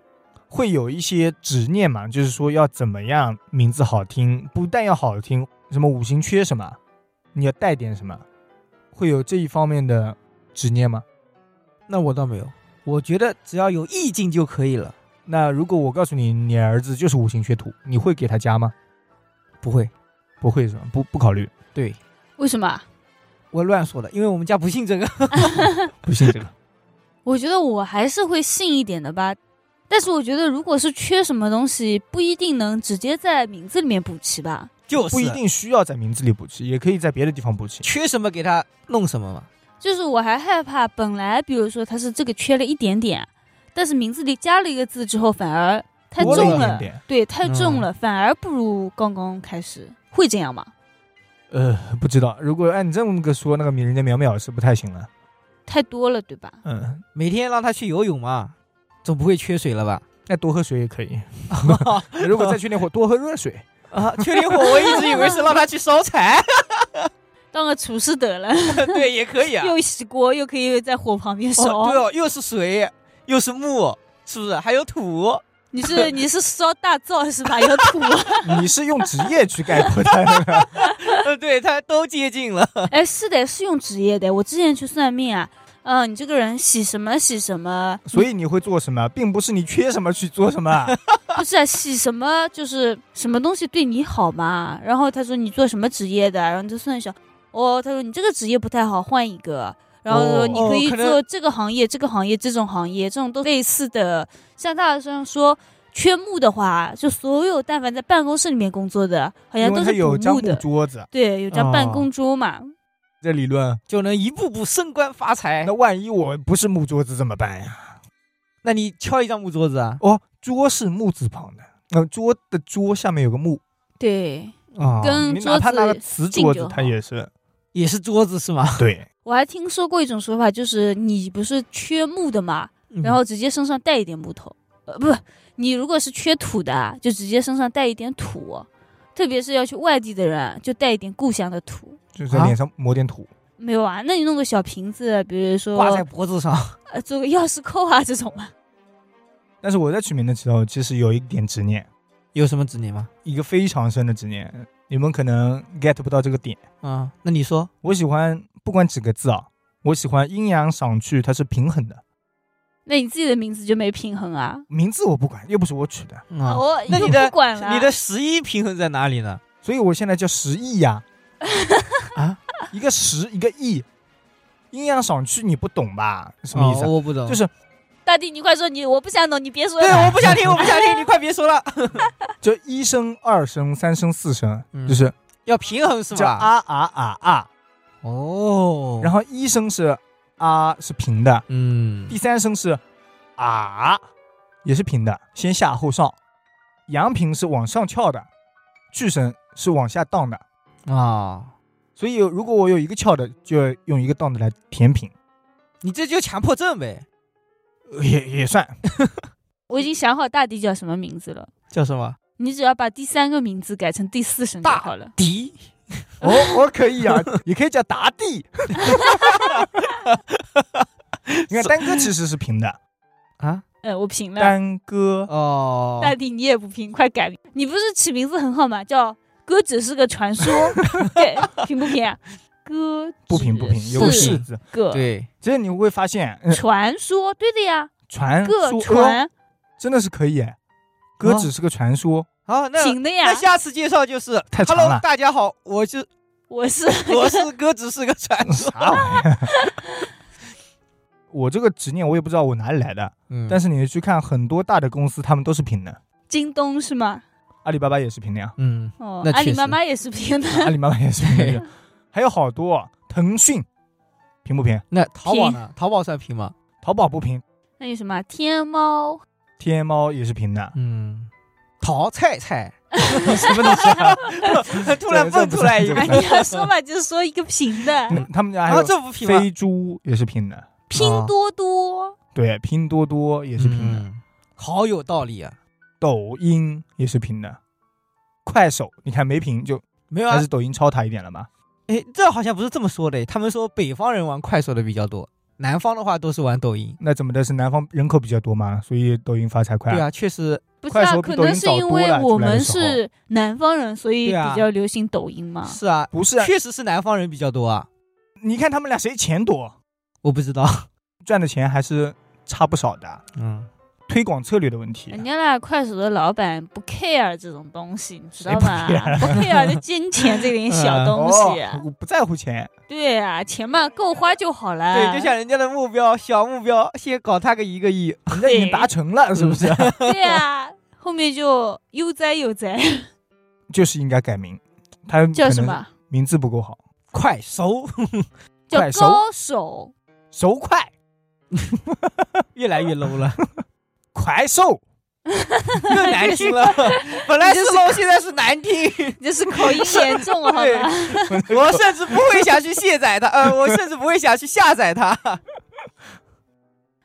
Speaker 1: 会有一些执念嘛？就是说要怎么样名字好听，不但要好听，什么五行缺什么，你要带点什么，会有这一方面的执念吗？
Speaker 3: 那我倒没有，我觉得只要有意境就可以了，
Speaker 1: 那如果我告诉你，你儿子就是五行缺土，你会给他加吗？
Speaker 3: 不会，
Speaker 1: 不会是吧？不不考虑，
Speaker 3: 对
Speaker 2: 为什么？
Speaker 3: 我乱说的，因为我们家不信这个，
Speaker 1: 不信这个。
Speaker 2: 我觉得我还是会信一点的吧。但是我觉得，如果是缺什么东西，不一定能直接在名字里面补齐吧。
Speaker 3: 就是
Speaker 1: 不一定需要在名字里补齐，也可以在别的地方补齐。
Speaker 3: 缺什么给他弄什么嘛。
Speaker 2: 就是我还害怕，本来比如说它是这个缺了一点点，但是名字里加了一个字之后，反而太
Speaker 1: 多了
Speaker 2: 重
Speaker 1: 一
Speaker 2: 了，
Speaker 1: 点点
Speaker 2: 对，太重
Speaker 3: 嗯
Speaker 2: 了，反而不如刚刚开始，会这样吗？
Speaker 1: 呃，不知道，如果按你这么个说，那个人家淼淼是不太行了。
Speaker 2: 太多了，对吧？
Speaker 1: 嗯，
Speaker 3: 每天让他去游泳嘛，总不会缺水了 吧？
Speaker 1: 那多喝水也可 以。如果再去那会儿，多喝热水。
Speaker 3: 啊，缺点火，我一直以为是让他去烧 柴，
Speaker 2: 当个厨师得了，
Speaker 3: 对，也可以 啊。
Speaker 2: 又洗锅，又可以在火旁边烧。
Speaker 3: 哦，对哦，又是水，又是木，是不是？还有土，
Speaker 2: 你是你是烧大灶是吧？啊有土。
Speaker 1: 你是用职业去概括他 的呢，
Speaker 3: 呃，对，他都接近了。
Speaker 2: 哎，是的，是用职业的。我之前去算命啊，嗯、你这个人喜什么喜什么，
Speaker 1: 所以你会做什么，并不是你缺什么去做什么。
Speaker 2: 不是、啊、喜什么就是什么东西对你好嘛。然后他说你做什么职业的，然后你就算一下，哦，他说你这个职业不太好，换一个。然后说
Speaker 1: 哦
Speaker 2: 你可以
Speaker 3: 哦可能
Speaker 2: 做这个行业、这个行业、这种行业，这种都类似的。像大上说缺木的话，就所有但凡在办公室里面工作的，好像
Speaker 1: 因
Speaker 2: 都
Speaker 1: 为他
Speaker 2: 是
Speaker 1: 有
Speaker 2: 补
Speaker 1: 张
Speaker 2: 木
Speaker 1: 木
Speaker 2: 的。
Speaker 1: 桌子，
Speaker 2: 对，有张办
Speaker 1: 啊
Speaker 2: 公桌嘛。
Speaker 1: 这理论。哎
Speaker 3: 就能一步步升官发财。
Speaker 1: 那
Speaker 3: 那
Speaker 1: 万一我不是木桌子怎么办呀？
Speaker 3: 那你敲一张木桌子啊？
Speaker 1: 哦，桌是木字旁的，嗯、桌的桌下面有个木
Speaker 2: 对，
Speaker 1: 啊。
Speaker 2: 跟
Speaker 1: 你哪怕
Speaker 2: 桌
Speaker 1: 拿
Speaker 2: 子
Speaker 1: 个瓷
Speaker 2: 近
Speaker 1: 桌
Speaker 2: 就
Speaker 1: 子，
Speaker 2: 好
Speaker 1: 它也是
Speaker 3: 也是桌子是吗？
Speaker 1: 对。
Speaker 2: 我还听说过一种说法，就是你不是缺木的嘛，
Speaker 3: 嗯
Speaker 2: 然后直接身上带一点木头，呃，不，你如果是缺土的啊，就直接身上带一点土，特别是要去外地的人，就带一点故乡的土。
Speaker 1: 就在
Speaker 3: 啊
Speaker 1: 脸上抹点土，
Speaker 2: 没有啊，那你弄个小瓶子，比如说
Speaker 3: 挂在脖子上，
Speaker 2: 呃做个钥匙扣啊这种嘛。
Speaker 1: 但是我在取名的时候，其实有一点执念，
Speaker 3: 有什么执念吗？
Speaker 1: 一个非常深的执念，你们可能 get 不到这个点。
Speaker 3: 啊，那你说
Speaker 1: 我喜欢不管几个字啊，我喜欢阴阳上去，它是平衡的。
Speaker 2: 那你自己的名字就没平衡啊？
Speaker 1: 名字我不管，又不是我取的，
Speaker 3: 啊
Speaker 2: 我
Speaker 3: 那
Speaker 2: 又
Speaker 3: 你的
Speaker 2: 不管了，
Speaker 3: 你的十一平衡在哪里呢？
Speaker 1: 所以我现在叫十亿 呀、
Speaker 3: 啊，
Speaker 1: 一个十，一个亿，阴阳上去你不懂吧？什么意思啊？
Speaker 3: 哦我不懂，
Speaker 1: 就是
Speaker 2: 大弟，你快说你，我不想懂，你别说
Speaker 3: 对，
Speaker 2: 了。
Speaker 3: 我不想听，我不想听，你快别说了，
Speaker 1: 就一声、二声、三声、四声，
Speaker 3: 嗯
Speaker 1: 就是
Speaker 3: 要平衡是
Speaker 1: 叫
Speaker 3: 吧？
Speaker 1: 啊啊啊啊，
Speaker 3: 哦
Speaker 1: 然后一声是啊是平的，
Speaker 3: 嗯
Speaker 1: 第三声是啊，也是平的，先下后上。阳平是往上翘的，巨声是往下荡的。
Speaker 3: 啊，
Speaker 1: 所以如果我有一个翘的，就要用一个荡的来填平，
Speaker 3: 你这就强迫症呗，
Speaker 1: 呃也也算。
Speaker 2: 我已经想好大弟叫什么名字了，
Speaker 3: 叫什么
Speaker 2: 你只要把第三个名字改成第四声就
Speaker 3: 大
Speaker 2: 好了。
Speaker 3: 迪？
Speaker 1: 哦，我可以啊， 也可以叫达弟。 你看单哥其实是平的，
Speaker 3: 啊？
Speaker 2: 嗯，我平了。
Speaker 1: 单哥
Speaker 3: 哦，
Speaker 2: 大弟，你也不评，快改名。你不是起名字很好吗？叫“哥只是个 传说”，对，评不评啊？哥
Speaker 1: 不平不平，有个
Speaker 3: 是
Speaker 1: 是字。
Speaker 2: 个
Speaker 3: 对，
Speaker 1: 其实你会发现，嗯
Speaker 2: 传说，对的呀，
Speaker 1: 传
Speaker 2: 个
Speaker 1: 嗯说哦
Speaker 2: 传
Speaker 1: 真的是可以哎。哥
Speaker 3: 哦
Speaker 1: 只是个传说，
Speaker 3: 好，那
Speaker 2: 行的呀
Speaker 3: 那。下次介绍就是
Speaker 1: 太长了
Speaker 3: ，Hello，大家好，我是
Speaker 2: 我是
Speaker 3: 罗斯哥只是个传 说。
Speaker 1: 啥玩意儿？ 我这个执念我也不知道我哪里来的，
Speaker 3: 嗯
Speaker 1: 但
Speaker 3: 是
Speaker 1: 是你去看很多大的公司，他们都是平的，
Speaker 2: 京东是吗？
Speaker 1: 阿里巴巴也是平的呀，啊
Speaker 3: 嗯，
Speaker 2: 哦
Speaker 3: 那，
Speaker 2: 阿里
Speaker 3: 确实
Speaker 2: 妈妈也是平的，
Speaker 1: 阿里巴巴也是平的， 还有好多，腾讯平不平？
Speaker 3: 那淘宝呢？淘宝算平吗？，
Speaker 1: 淘宝不平，
Speaker 2: 那有什么天猫？
Speaker 1: 天猫也是平的
Speaker 3: 嗯，淘菜菜，
Speaker 1: 什么东西啊？
Speaker 3: 突然蹦出来一
Speaker 1: 这
Speaker 3: 个哎
Speaker 1: 个
Speaker 2: 哎，，你要说吧，就说一个平的，
Speaker 1: 嗯他们家还
Speaker 3: 然后
Speaker 1: 有
Speaker 3: 啊这不平吗？
Speaker 1: 飞猪也是平的，
Speaker 2: 拼多多
Speaker 1: 对，拼多多也
Speaker 3: 啊也
Speaker 1: 是平的，
Speaker 3: 嗯好有道理啊！
Speaker 1: 抖音也是平的，快手你看没平就
Speaker 3: 没有啊
Speaker 1: 还是，抖音超它一点了吧？
Speaker 3: 哎，这好像不是这么说的，他们说北方人玩快手的比较多，南方的话都是玩抖音。
Speaker 1: 那怎么的是南方人口比较多嘛，所以抖音发财快。
Speaker 3: 对啊，确实，
Speaker 2: 不是
Speaker 1: 快
Speaker 2: 啊？
Speaker 1: 手比
Speaker 2: 可
Speaker 1: 抖音
Speaker 2: 能是
Speaker 1: 早
Speaker 2: 因
Speaker 1: 多
Speaker 2: 为
Speaker 1: 了出
Speaker 2: 我
Speaker 1: 来的
Speaker 2: 们
Speaker 1: 时候
Speaker 2: 是南方人，所以
Speaker 3: 对啊
Speaker 2: 比较流行抖音嘛。
Speaker 3: 是啊，
Speaker 1: 不是啊，
Speaker 3: 确实是南方人比较多啊。
Speaker 1: 你看他们俩谁钱多，
Speaker 3: 我不知道，
Speaker 1: 赚的钱还是差不少的。
Speaker 3: 嗯，
Speaker 1: 推广策略的问题，
Speaker 2: 人家那快手的老板不 care 这种东西，你知道
Speaker 1: 谁不
Speaker 2: 吧？ 不 care 就金钱这点小东西。
Speaker 1: 哦我不在乎钱，
Speaker 2: 对啊，钱嘛够花就好了。
Speaker 3: 对，就像人家的目标小目标，先搞他个一个 亿，
Speaker 1: 人家已经达成 了，是不是？
Speaker 2: 对啊，后面就悠哉悠哉，
Speaker 1: 就是应该改名，他嗯可能
Speaker 2: 叫什么？
Speaker 1: 名字不够好，
Speaker 3: 快手
Speaker 2: 叫
Speaker 1: 快手
Speaker 2: 高手。
Speaker 1: 手快
Speaker 3: 越来越 low 了，
Speaker 1: 快手，
Speaker 3: 越难听了。本来是 low，现在是难 听。
Speaker 2: 你这是口音严重了，好
Speaker 3: 对
Speaker 2: 吧？
Speaker 3: 我甚至不会想去卸载它， 呃，我甚至不会想去下载它。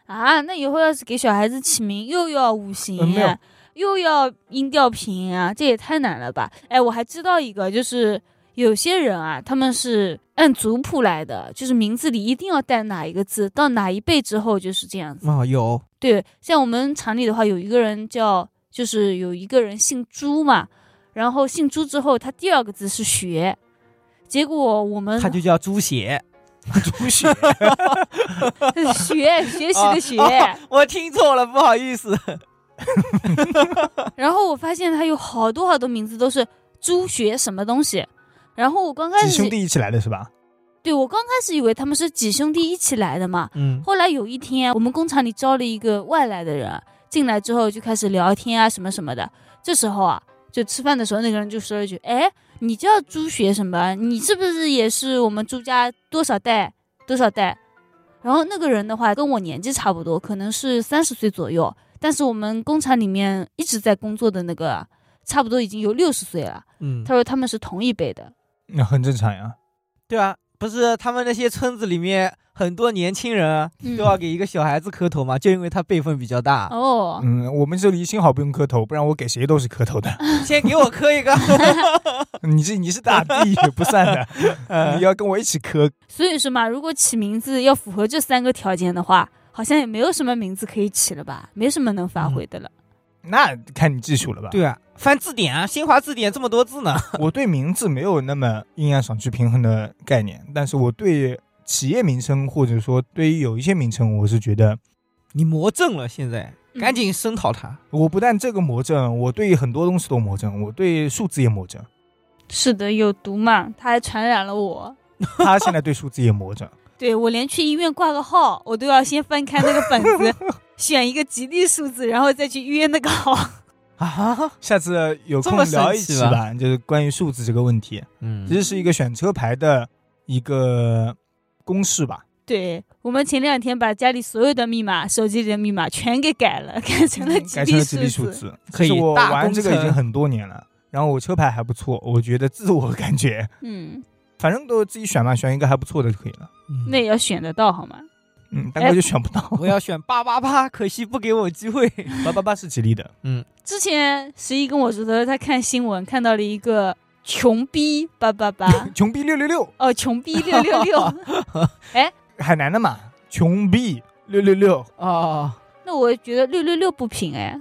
Speaker 2: 啊，那以后要是给小孩子起名，又要五
Speaker 1: 嗯
Speaker 2: 行
Speaker 1: 没有
Speaker 2: 啊，又要音调平啊，这也太难了吧？哎，我还知道一个，就是有些人啊，他们是按族谱来的，就是名字里一定要带哪一个字，到哪一辈之后就是这样子。
Speaker 3: 啊、有，
Speaker 2: 对，像我们厂里的话，有一个人叫，就是有一个人姓朱嘛，然后姓朱之后，他第二个字是学，结果我们
Speaker 3: 它就叫猪血，
Speaker 1: 猪血，
Speaker 2: 学学习
Speaker 3: 啊
Speaker 2: 的学。
Speaker 3: 哦我听错了，不好意思。
Speaker 2: 然后我发现他有好多好多名字都是朱学什么东西。然后我刚开
Speaker 1: 几兄
Speaker 2: 始，
Speaker 1: 弟一起来的是吧？
Speaker 2: 对我刚开始以为他们是几兄弟一起来的嘛。
Speaker 3: 嗯，
Speaker 2: 后来有一天，我们工厂里招了一个外来的人，进来之后就开始聊天啊什么什么的。这时候啊，就吃饭的时候，那个人就说了一句：“哎，你叫朱学什么？你是不是也是我们朱家多少代多少代？”然后那个人的话跟我年纪差不多，可能是三十岁左右，但是我们工厂里面一直在工作的那个啊，差不多已经有六十岁了。
Speaker 3: 嗯
Speaker 2: 他说他们是同一辈的，
Speaker 1: 那很正常呀。
Speaker 3: 对啊，不是他们那些村子里面很多年轻人啊
Speaker 2: 嗯
Speaker 3: 都要给一个小孩子磕头嘛，就因为他辈分比较大。
Speaker 2: 哦，
Speaker 1: 嗯，我们这里幸好不用磕头，不然我给谁都是磕头的。
Speaker 3: 先给我磕 一个，
Speaker 1: 你这你是大 地也不散 的，
Speaker 3: 呃
Speaker 1: 你要跟我一起磕。
Speaker 2: 所以说嘛，如果起名字要符合这三个条件的话，好像也没有什么名字可以起了吧，没什么能发挥的了。
Speaker 1: 那看你技术了吧。
Speaker 3: 对啊，翻字典啊，新华字典这么多字呢。
Speaker 1: 我对名字没有那么阴阳爽去平衡的概念，但是我对企业名称或者说对于有一些名称，我是觉得
Speaker 3: 你魔怔了，现在
Speaker 2: 嗯
Speaker 3: 赶紧声讨他。
Speaker 1: 我不但这个魔怔，我对很多东西都魔怔，我对数字也魔怔。
Speaker 2: 是的，有毒嘛，他还传染了我。
Speaker 1: 他现在对数字也魔怔，
Speaker 2: 对我连去医院挂个号，我都要先翻开那个本子， 选一个吉利数字，然后再去约那个号。
Speaker 3: 啊，
Speaker 1: 下次有空
Speaker 3: 这么神奇
Speaker 1: 聊一期
Speaker 3: 吗
Speaker 1: 吧，就是关于数字这个问题，
Speaker 3: 嗯
Speaker 1: 其实是一个选车牌的一个公式吧。
Speaker 2: 对我们前两天把家里所有的密码、手机里的密码全给改了，改成了吉
Speaker 1: 嗯改成
Speaker 2: 利
Speaker 1: 了吉利
Speaker 2: 数
Speaker 1: 数
Speaker 2: 字。
Speaker 1: 字。
Speaker 3: 可以
Speaker 1: 其实我
Speaker 3: 大
Speaker 1: 玩
Speaker 3: 工
Speaker 1: 这个已经
Speaker 3: 程
Speaker 1: 很多年了，然后我车牌还不错，我觉得自我感觉，
Speaker 2: 嗯，
Speaker 1: 反正都自己选嘛，选一个还不错的就可以了。
Speaker 3: 嗯
Speaker 2: 那也要选得到好吗？
Speaker 1: 嗯，大概就选不到。
Speaker 3: 我要选八八八，可惜不给我机会。
Speaker 1: 八八八是吉利的，
Speaker 2: 之前十一跟我说的，他看新闻看到了一个穷逼八八 八，
Speaker 1: 穷逼六六六，
Speaker 2: 哦，穷逼六六六。
Speaker 1: 海南的嘛，穷逼六六六，
Speaker 3: 哦，
Speaker 2: 那我觉得六六六不平 哎，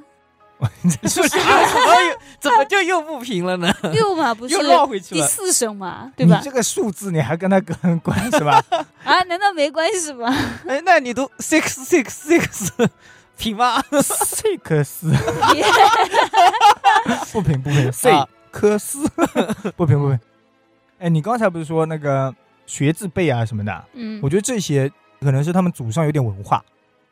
Speaker 1: 你
Speaker 3: 说啥？怎么又怎么就又不平了呢？
Speaker 2: 六嘛啊不是
Speaker 3: 又绕回去
Speaker 2: 第
Speaker 3: 了。
Speaker 2: 四声嘛， 对吧
Speaker 1: 这？个数字你还跟他跟关是 吧？
Speaker 2: 啊，难道没关系 吗？
Speaker 3: 哎，那你读 six six six 平吗？
Speaker 1: 塞克斯 不平不平，
Speaker 3: 啊
Speaker 1: 克斯不平不平。哎，你刚才不是说那个学字辈啊什么的？
Speaker 2: 嗯
Speaker 1: 我，觉得这些可能是他们祖上有点文化，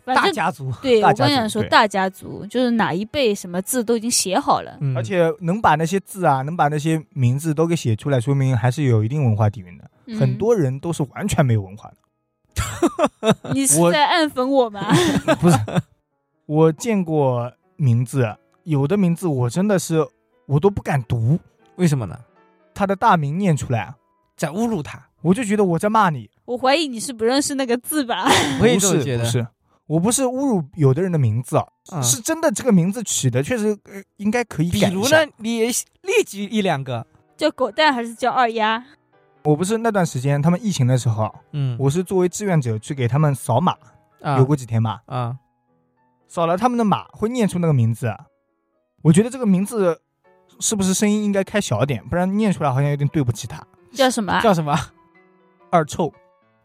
Speaker 2: 反
Speaker 3: 大
Speaker 2: 正
Speaker 3: 家族，
Speaker 2: 对
Speaker 1: 大
Speaker 2: 我
Speaker 1: 家
Speaker 2: 跟你讲
Speaker 1: 族
Speaker 2: 说，
Speaker 1: 对
Speaker 2: 大家族就是哪一辈什么字都已经写好了。
Speaker 3: 嗯
Speaker 1: 而且能把那些字啊，能把那些名字都给写出来，说明还是有一定文化底蕴的。很多人都是完全没有文化的。
Speaker 2: 嗯，你是
Speaker 1: 我
Speaker 2: 在暗讽我 吗？
Speaker 1: 不是，我见过名字，有的名字我真的是我都不敢读
Speaker 3: 为什么呢？
Speaker 1: 他的大名念出来啊，
Speaker 3: 在侮辱他，
Speaker 1: 我就觉得我在骂你。
Speaker 2: 我怀疑你是不认识那个字吧？
Speaker 3: 我也
Speaker 1: 不
Speaker 3: 这么
Speaker 1: 是
Speaker 3: 觉
Speaker 1: 不
Speaker 3: 得，
Speaker 1: 是，我不是侮辱有的人的名字啊，
Speaker 3: 嗯
Speaker 1: 是真的这个名字取的确实、呃、应该可以
Speaker 3: 比
Speaker 1: 改一
Speaker 3: 如
Speaker 1: 下
Speaker 3: 呢，你也列举一两个，
Speaker 2: 叫狗蛋还是叫二丫？
Speaker 1: 我不是那段时间他们疫情的时候，
Speaker 3: 嗯，
Speaker 1: 我是作为志愿者去给他们扫码，
Speaker 3: 啊
Speaker 1: 有过几天嘛，
Speaker 3: 啊，
Speaker 1: 扫了他们的码，会念出那个名字。我觉得这个名字是不是声音应该开小点，不然念出来好像有点对不起他。
Speaker 2: 叫什么啊？
Speaker 3: 叫什么？
Speaker 1: 二臭，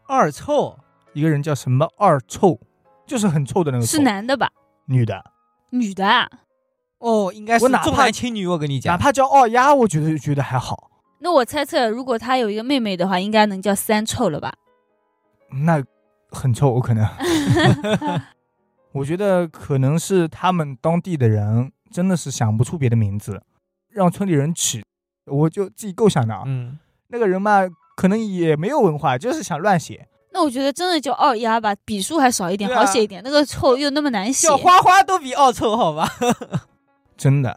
Speaker 3: 二臭，
Speaker 1: 一个人叫什么二臭，就是很臭的那个臭
Speaker 2: 是男的吧？
Speaker 1: 女的，
Speaker 2: 女的啊？
Speaker 3: 哦，应该是
Speaker 1: 我哪怕
Speaker 3: 重男轻女，我跟你
Speaker 1: 哪
Speaker 3: 讲，
Speaker 1: 怕叫二丫，我觉得觉得还好。
Speaker 2: 那我猜测，如果她有一个妹妹的话，应该能叫三臭了吧？
Speaker 1: 那很臭，我可能。我觉得可能是他们当地的人真的是想不出别的名字，让村里人取。我就自己构想的啊，
Speaker 3: 嗯，
Speaker 1: 那个人嘛，可能也没有文化，就是想乱写，
Speaker 2: 那我觉得真的叫二丫吧，笔数还少一点，
Speaker 3: 对啊
Speaker 2: 好写一点。那个臭又那么难写
Speaker 3: 叫，花花都比二臭好吧？
Speaker 1: 真的。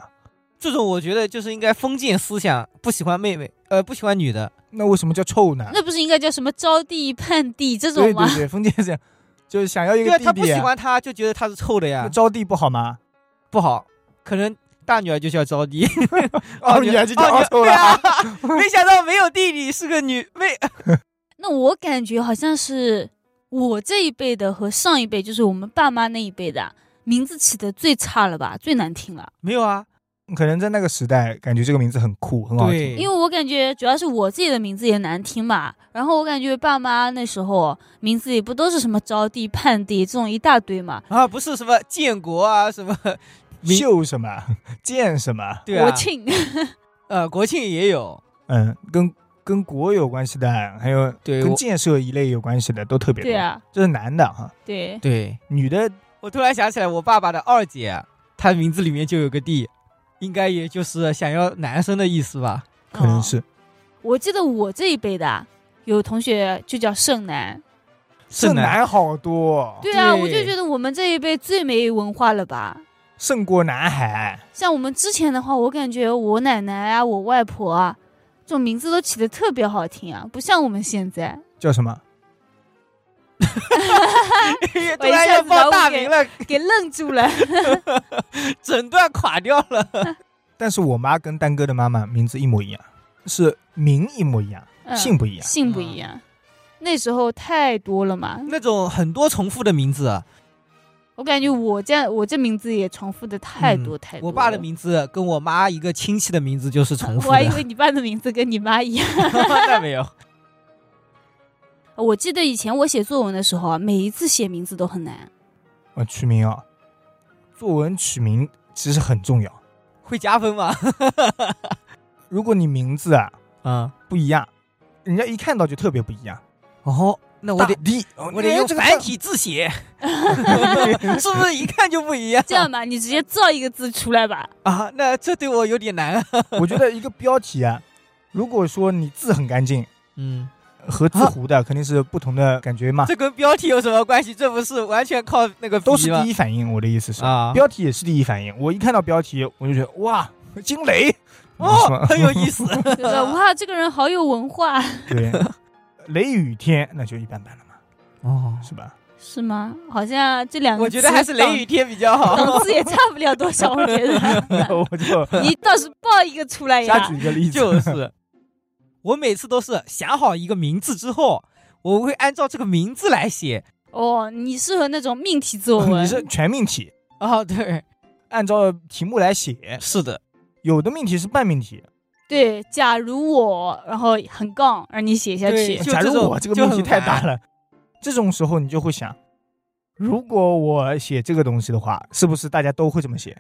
Speaker 3: 这种我觉得就是应该封建思想，不喜欢妹妹，呃，不喜欢女的，
Speaker 1: 那为什么叫臭呢？
Speaker 2: 那不啊是应该叫什么招娣、盼娣这种
Speaker 1: 对
Speaker 2: 吗
Speaker 1: 对？对，封建是，就是想要一
Speaker 3: 对
Speaker 1: 个
Speaker 3: 啊，
Speaker 1: 弟
Speaker 3: 他不
Speaker 1: 弟
Speaker 3: 喜
Speaker 1: 啊，
Speaker 3: 欢他就觉得他是臭的
Speaker 1: 那
Speaker 3: 呀，
Speaker 1: 招弟不好吗？
Speaker 3: 不好，可能大女儿就叫招娣，
Speaker 1: 哦，你还就叫
Speaker 3: 二
Speaker 1: 二
Speaker 3: 女
Speaker 1: 臭
Speaker 3: 对
Speaker 1: 了
Speaker 3: 啊
Speaker 1: 啊？，
Speaker 3: 没想到没有弟弟是个女妹，
Speaker 2: 那我感觉好像是我这一辈的和上一辈，就是我们爸妈那一辈的啊，名字起的最差了吧，最难听了。
Speaker 3: 没有啊，
Speaker 1: 可能在那个时代，感觉这个名字很酷，很好听。
Speaker 3: 对，
Speaker 2: 因为我感觉主要是我自己的名字也难听嘛，然后我感觉爸妈那时候名字里不都是什么招娣、盼娣这种一大堆嘛，
Speaker 3: 啊，不是什么建国啊，什么明
Speaker 1: 秀什么， 贱什么，
Speaker 3: 对啊
Speaker 2: 国，庆
Speaker 3: 呃，国庆也有，
Speaker 1: 嗯，跟跟国有关系的，还有
Speaker 3: 对
Speaker 1: 跟
Speaker 3: 我
Speaker 1: 建设一类有关系的都特别多。
Speaker 2: 对，啊，
Speaker 1: 这是男的哈，
Speaker 2: 对，
Speaker 3: 对
Speaker 1: 女的
Speaker 3: 我突然想起来，我爸爸的二姐，她名字里面就有个弟，应该也就是想要男生的意思吧？
Speaker 1: 可能
Speaker 2: 哦
Speaker 1: 是、
Speaker 2: 我记得我这一辈的啊有同学就叫剩男，
Speaker 1: 剩
Speaker 3: 剩男
Speaker 1: 男好多，
Speaker 2: 对啊，我就
Speaker 3: 哦对
Speaker 2: 觉得我们这一辈最没文化了吧。
Speaker 1: 胜过南海。
Speaker 2: 像我们之前的话，我感觉我奶奶啊、我外婆啊，这种名字都起的特别好听啊，不像我们现在。
Speaker 1: 叫什么？
Speaker 3: 突然要报大名了，
Speaker 2: 给愣住了。
Speaker 3: 整段垮掉了。
Speaker 1: 但是我妈跟丹哥的妈妈名字一模一样，是名一模一样，
Speaker 2: 嗯
Speaker 1: 姓不一样。
Speaker 2: 姓不一样，
Speaker 3: 嗯
Speaker 2: 那时候太多了嘛。
Speaker 3: 那种很多重复的名字
Speaker 2: 哎
Speaker 3: 啊，
Speaker 2: 我感觉我这我这名字也重复的太多、太多了。
Speaker 3: 嗯我爸的名字跟我妈一个亲戚的名字就是重复
Speaker 2: 我还以
Speaker 3: 的，
Speaker 2: 为你爸的名字跟你妈一样。
Speaker 3: 那没有。
Speaker 2: 我记得以前我写作文的时候啊，每一次写名字都很难。
Speaker 1: 我取名啊，作文取名其实很重要。
Speaker 3: 会加分吗？
Speaker 1: 如果你名字啊
Speaker 3: 啊、
Speaker 1: 不一样，人家一看到就特别不一样。
Speaker 3: 哦，那我
Speaker 1: 大
Speaker 3: 得
Speaker 1: 地，哦
Speaker 3: 我得用
Speaker 1: 这个
Speaker 3: 繁
Speaker 1: 字
Speaker 3: 体字写， 是不是一看就不一样
Speaker 2: 这样吧，你直接造一个字出来 吧。
Speaker 3: 啊？那这对我有点难啊。
Speaker 1: 我觉得一个标题啊，如果说你字很干净
Speaker 3: 嗯，
Speaker 1: 和字糊的肯定是不同的感觉嘛，
Speaker 3: 这跟标题有什么关系？这不是完全靠那个
Speaker 1: 都是
Speaker 3: 比吗
Speaker 1: 第一反应。我的意思是，
Speaker 3: 啊，
Speaker 1: 标题也是第一反应。我一看到标题，我就觉得哇，惊雷什
Speaker 3: 哦
Speaker 1: 么，
Speaker 3: 很有意思。
Speaker 2: 对吧哇，这个人好有文化，
Speaker 1: 对，雷雨天那就一般般了嘛，
Speaker 3: 哦，
Speaker 1: 是吧？
Speaker 2: 是吗？好像这两个
Speaker 3: 我觉得还是雷雨天比较好。
Speaker 2: 档次也差不了多少，我觉
Speaker 3: 啊
Speaker 2: 得。
Speaker 1: 我就
Speaker 2: 你倒是报一个出来
Speaker 1: 瞎
Speaker 2: 呀！
Speaker 1: 举一个例子，
Speaker 3: 哎就是，我每次都是想好一个名字之后，我会按照这个名字来写。
Speaker 2: 哦，你适合那种命题作文。
Speaker 1: 你是全命题，
Speaker 3: 哦，对，
Speaker 1: 按照题目来写，
Speaker 3: 是的，
Speaker 1: 有的命题是半命题，
Speaker 2: 对，假如我，然后横杠，让你写下
Speaker 3: 对
Speaker 2: 去。
Speaker 3: 就
Speaker 1: 假
Speaker 3: 这
Speaker 1: 如
Speaker 3: 种
Speaker 1: 我这个
Speaker 3: 就
Speaker 1: 命
Speaker 3: 很
Speaker 1: 题太大
Speaker 3: 烦
Speaker 1: 了，这种时候你就会想，如果我写这个东西的话，是不是大家都会这么写？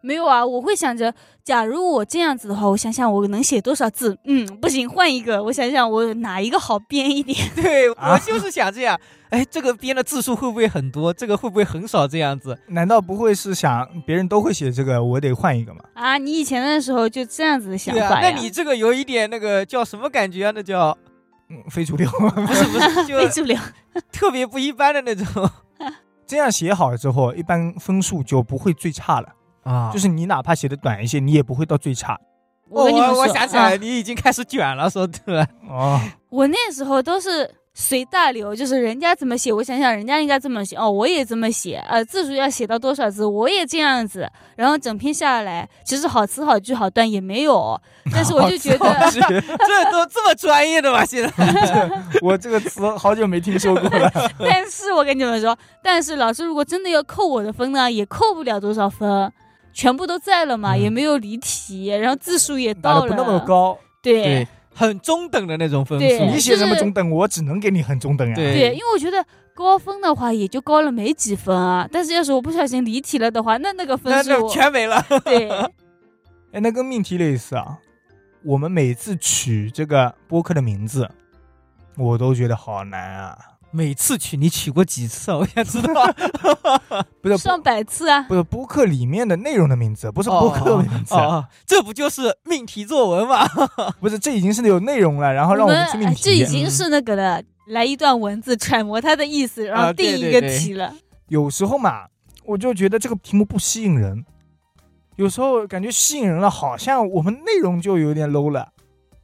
Speaker 2: 没有啊，我会想着，假如我这样子的话，我想想我能写多少字？嗯，不行，换一个。我想想我哪一个好编一点？
Speaker 3: 对
Speaker 1: 啊
Speaker 3: 我就是想这样。哎，这个编的字数会不会很多？这个会不会很少？这样子，
Speaker 1: 难道不会是想别人都会写这个，我得换一个吗？
Speaker 2: 啊，你以前的时候就这样子的想
Speaker 3: 对
Speaker 2: 法呀？
Speaker 3: 啊。那你这个有一点那个叫什么感觉啊？那叫
Speaker 1: 嗯，非主流。
Speaker 3: 不是 不是，就
Speaker 2: 非主流
Speaker 3: 特别不一般的那种
Speaker 1: 这样写好了之后，一般分数就不会最差了。
Speaker 3: 啊
Speaker 1: 就是你哪怕写的短一些，你也不会到最差。
Speaker 2: 我跟你们
Speaker 3: 哦我
Speaker 2: 说，
Speaker 3: 我想起来，
Speaker 2: 啊
Speaker 3: 了，你已经开始卷了，说对吧？
Speaker 1: 哦，
Speaker 2: 我那时候都是随大流，就是人家怎么写，我想想人家应该这么写，哦，我也这么写，呃，字数要写到多少字，我也这样子，然后整篇下来，其实好词好句好段也没 有，但是我就觉得，
Speaker 1: 是
Speaker 3: 这都这么专业的吗？现在
Speaker 1: 我这个词好久没听说过 了。
Speaker 2: 但是我跟你们说，但是老师如果真的要扣我的分呢，也扣不了多少分。全部都在了嘛，
Speaker 1: 嗯
Speaker 2: 也没有离题，然后字数也
Speaker 1: 打
Speaker 2: 到
Speaker 1: 的
Speaker 2: 了，
Speaker 1: 不那么高，
Speaker 2: 对，
Speaker 3: 很中等的那种分
Speaker 2: 对
Speaker 1: 你
Speaker 3: 数，
Speaker 1: 写什么中等，我只能给你很中等呀。
Speaker 3: 对
Speaker 2: 对，因为我觉得高分的话也就高了没几分啊，但是要是我不小心离题了的话，那那个
Speaker 3: 那
Speaker 2: 分数
Speaker 3: 那全没了。
Speaker 2: 对，
Speaker 1: 哎，那跟命题类似啊。我们每次取这个播客的名字，我都觉得好难啊。
Speaker 3: 每次取你取过几次啊？ 我想知 道。
Speaker 1: 不是
Speaker 2: 上百次啊，
Speaker 1: 不是播客里面的内容的名字，不是播客的名字，
Speaker 3: 哦，这不就是命题作文吗？
Speaker 1: 不是这已经是有内容了，然后让我
Speaker 2: 们
Speaker 1: 们去命
Speaker 2: 哎这
Speaker 1: 题
Speaker 2: 已。经是那个了，来一段文字揣摩它的意思，然后
Speaker 3: 啊
Speaker 2: 定
Speaker 3: 对
Speaker 2: 一
Speaker 3: 对
Speaker 2: 个
Speaker 3: 对
Speaker 2: 题了。
Speaker 1: 有时候嘛，我就觉得这个题目不吸引人，有时候感觉吸引人了，好像我们内容就有点 low 了。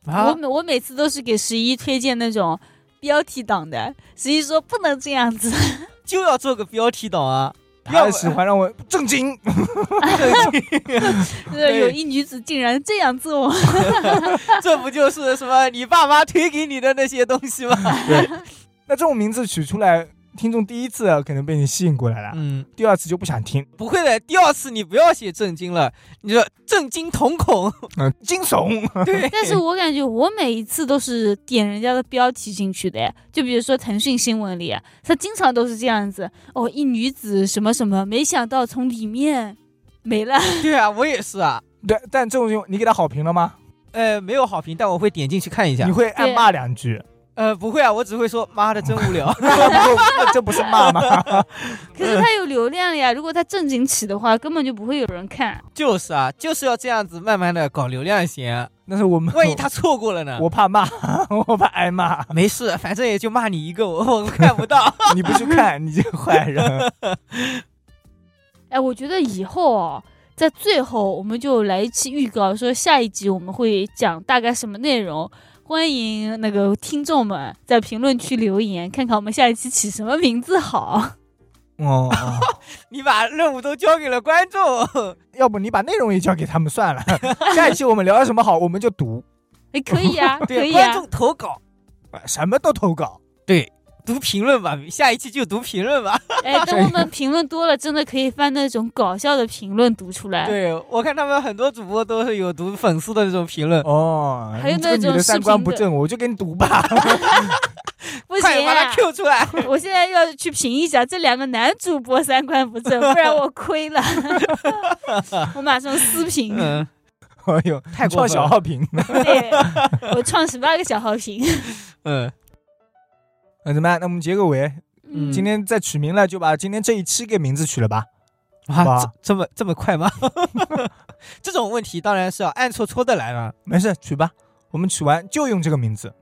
Speaker 1: 啊
Speaker 3: 啊
Speaker 2: 我每我每次都是给十一推荐那种标题党的，十一说不能这样子，
Speaker 3: 就要做个标题党啊！
Speaker 1: 他
Speaker 3: 要不
Speaker 1: 喜欢 让我正经，
Speaker 2: 就是有一女子竟然这样做，
Speaker 3: 这不就是什么你爸妈推给你的那些东西 吗？
Speaker 1: 那这种名字取出来，听众第一次啊可能被你吸引过来了，
Speaker 3: 嗯，
Speaker 1: 第二次就不想听，
Speaker 3: 不会的，第二次你不要写震惊了，你说震惊瞳 孔。
Speaker 1: 嗯、惊悚。
Speaker 3: 对，
Speaker 2: 但是我感觉我每一次都是点人家的标题进去的，就比如说腾讯新闻里，它经常都是这样子，哦，一女子什么什么，没想到从里面没了，
Speaker 3: 对啊，我也是啊。
Speaker 1: 对，但这种就你给他好评了吗？
Speaker 3: 呃，没有好评，但我会点进去看一下
Speaker 1: 你。会暗骂两句，。
Speaker 3: 呃，不会啊，我只会说妈的真无聊
Speaker 1: 那这不是骂吗？
Speaker 2: 可
Speaker 3: 嗯
Speaker 2: 是它有流量呀，如果它正经起的话，根本就不会有人看。
Speaker 3: 就是啊，就是要这样子慢慢的搞流量先。啊
Speaker 1: 但是我们
Speaker 3: 万一他错过了呢？
Speaker 1: 我怕骂，我怕挨骂。
Speaker 3: 没事，反正也就骂你一个，我我看不到。
Speaker 1: 你不去看，你这个坏人。
Speaker 2: 哎，我觉得以后哦，在最后我们就来一期预告，说下一集我们会讲大概什么内容。欢迎那个听众们在评论区留言，看看我们下一期起什么名字好。
Speaker 1: 哦，
Speaker 3: 你把任务都交给了观众，
Speaker 1: 要不你把内容也交给他们算了。下一期我们聊什么好，我们就读，
Speaker 2: 哎，可以啊，可
Speaker 3: 对、
Speaker 2: 以
Speaker 3: 观
Speaker 2: 啊，
Speaker 3: 众投稿，
Speaker 1: 什么都投稿。
Speaker 3: 读评论吧，下一期就读评论吧。
Speaker 2: 哎，等我们评论多了，真的可以翻那种搞笑的评论读出来。
Speaker 3: 对我看他们很多主播都是有读粉丝的那种评论，
Speaker 1: 哦，
Speaker 2: 还有
Speaker 1: 你这个
Speaker 2: 那种
Speaker 1: 女的三
Speaker 2: 视频
Speaker 1: 观不
Speaker 2: 的
Speaker 1: 正，我就给你读吧。
Speaker 2: 不行
Speaker 3: 快点把
Speaker 2: 啊
Speaker 3: 它 Q 出 来。
Speaker 2: 我现在要去评一下这两个男主播三观不正，不然我亏 了，我马上私评。
Speaker 3: 嗯，
Speaker 1: 哎呦，
Speaker 3: 太过
Speaker 1: 创
Speaker 3: 分
Speaker 1: 小
Speaker 3: 了。
Speaker 1: 号评。
Speaker 2: 对，哎我创十八个小好评。
Speaker 3: 嗯，
Speaker 1: 那怎么办？那我们结个尾，
Speaker 3: 嗯
Speaker 1: 今天再取名了，就把今天这一期给名字取了吧。
Speaker 3: 啊，
Speaker 1: 哇
Speaker 3: 这这么这么快吗？ 这种问题当然是要暗戳戳的来了。
Speaker 1: 没事，取吧。我们取完就用这个名字，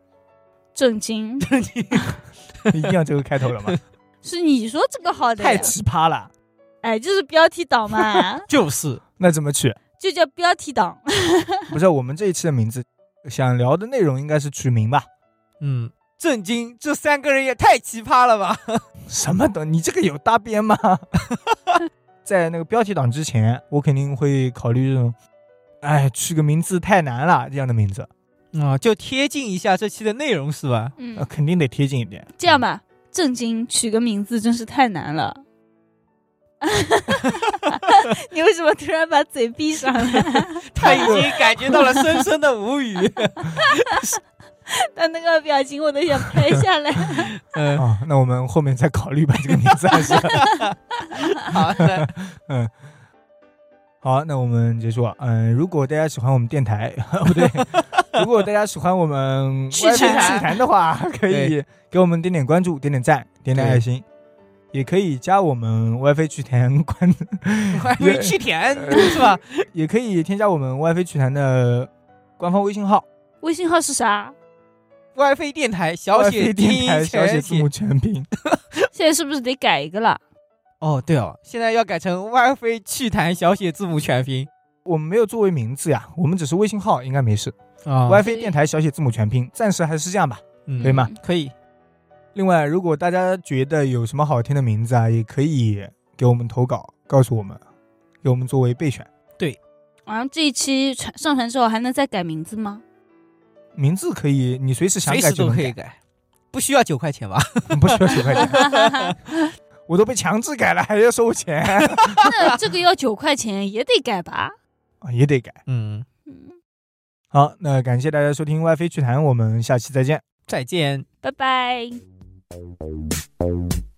Speaker 2: 震惊，
Speaker 1: 一定要这个开头了 吗？
Speaker 2: 是你说这个好的
Speaker 1: 太
Speaker 2: 呀，
Speaker 1: 奇葩了，
Speaker 2: 哎，就是标题党 嘛，
Speaker 3: 就是
Speaker 1: 那怎么取？
Speaker 2: 就叫标题党。
Speaker 1: 不是我们这一期的名字，想聊的内容应该是取名吧？
Speaker 3: 嗯，震惊！这三个人也太奇葩了吧？
Speaker 1: 什么的？你这个有搭边吗？ 在那个标题党之前，我肯定会考虑这种，哎，取个名字太难了这样的名字，
Speaker 3: 啊、就贴近一下这期的内容是
Speaker 1: 呃
Speaker 3: 吧？
Speaker 2: 嗯，
Speaker 1: 肯定得贴近一点。
Speaker 2: 这样吧，震惊取个名字真是太难了。 你为什么突然把嘴闭上了？
Speaker 3: 他已经感觉到了深深的无语。
Speaker 2: 他那个表情我都想拍下来。
Speaker 1: 啊、
Speaker 3: 嗯，
Speaker 1: 那我们后面 再考虑吧，这个名字还是。
Speaker 3: 好的。
Speaker 1: 好，那我们结束了。嗯，如果大家喜欢我们电台， 不对，如果大家喜欢我们
Speaker 2: 趣
Speaker 1: YY
Speaker 2: 谈
Speaker 3: 啊
Speaker 1: 趣谈的话， 可以给我们点点关注，点点赞，点点爱心，也可以加我们 WiFi 趣谈关，
Speaker 3: 还没去甜
Speaker 1: 呃
Speaker 3: 是吧？
Speaker 1: 也可以添加我们 WiFi 趣谈的官方微信号
Speaker 2: 微信号是啥？
Speaker 3: WiFi 电台 小
Speaker 1: ，WiFi
Speaker 3: 写拼
Speaker 1: 电台
Speaker 3: 音
Speaker 1: 小写
Speaker 3: 全
Speaker 1: 字
Speaker 3: 写
Speaker 1: 母全拼。
Speaker 2: 现在是不是得改一个了？
Speaker 3: 哦，对哦，现在要改成 WiFi 趣谈小写字母全拼
Speaker 1: 我们没有作为名字呀，我们只是微信号，应该没事。
Speaker 3: 啊
Speaker 1: WiFi 电台小写字母全拼，暂时还是这样吧。可以吗
Speaker 2: 嗯？
Speaker 3: 可以，
Speaker 1: 另外，如果大家觉得有什么好听的名字啊，也可以给我们投稿，告诉我们，给我们作为备选。
Speaker 2: 然后这一期传上传之后还能再改名字吗？
Speaker 1: 名字可以，你随时想
Speaker 3: 随
Speaker 1: 改
Speaker 3: 时
Speaker 1: 就
Speaker 3: 都
Speaker 1: 能
Speaker 3: 可以
Speaker 1: 改，
Speaker 3: 改，不需要九块钱吧？
Speaker 1: 不需要九块钱。我都被强制改了，还要收钱，
Speaker 2: 那这个要九块钱也得改吧？
Speaker 1: 啊也得改。
Speaker 3: 嗯，
Speaker 2: 嗯，
Speaker 1: 好，那感谢大家收听《歪飞趣谈》，我们下期再见。
Speaker 3: 再见。
Speaker 2: 拜拜。
Speaker 4: Thank you.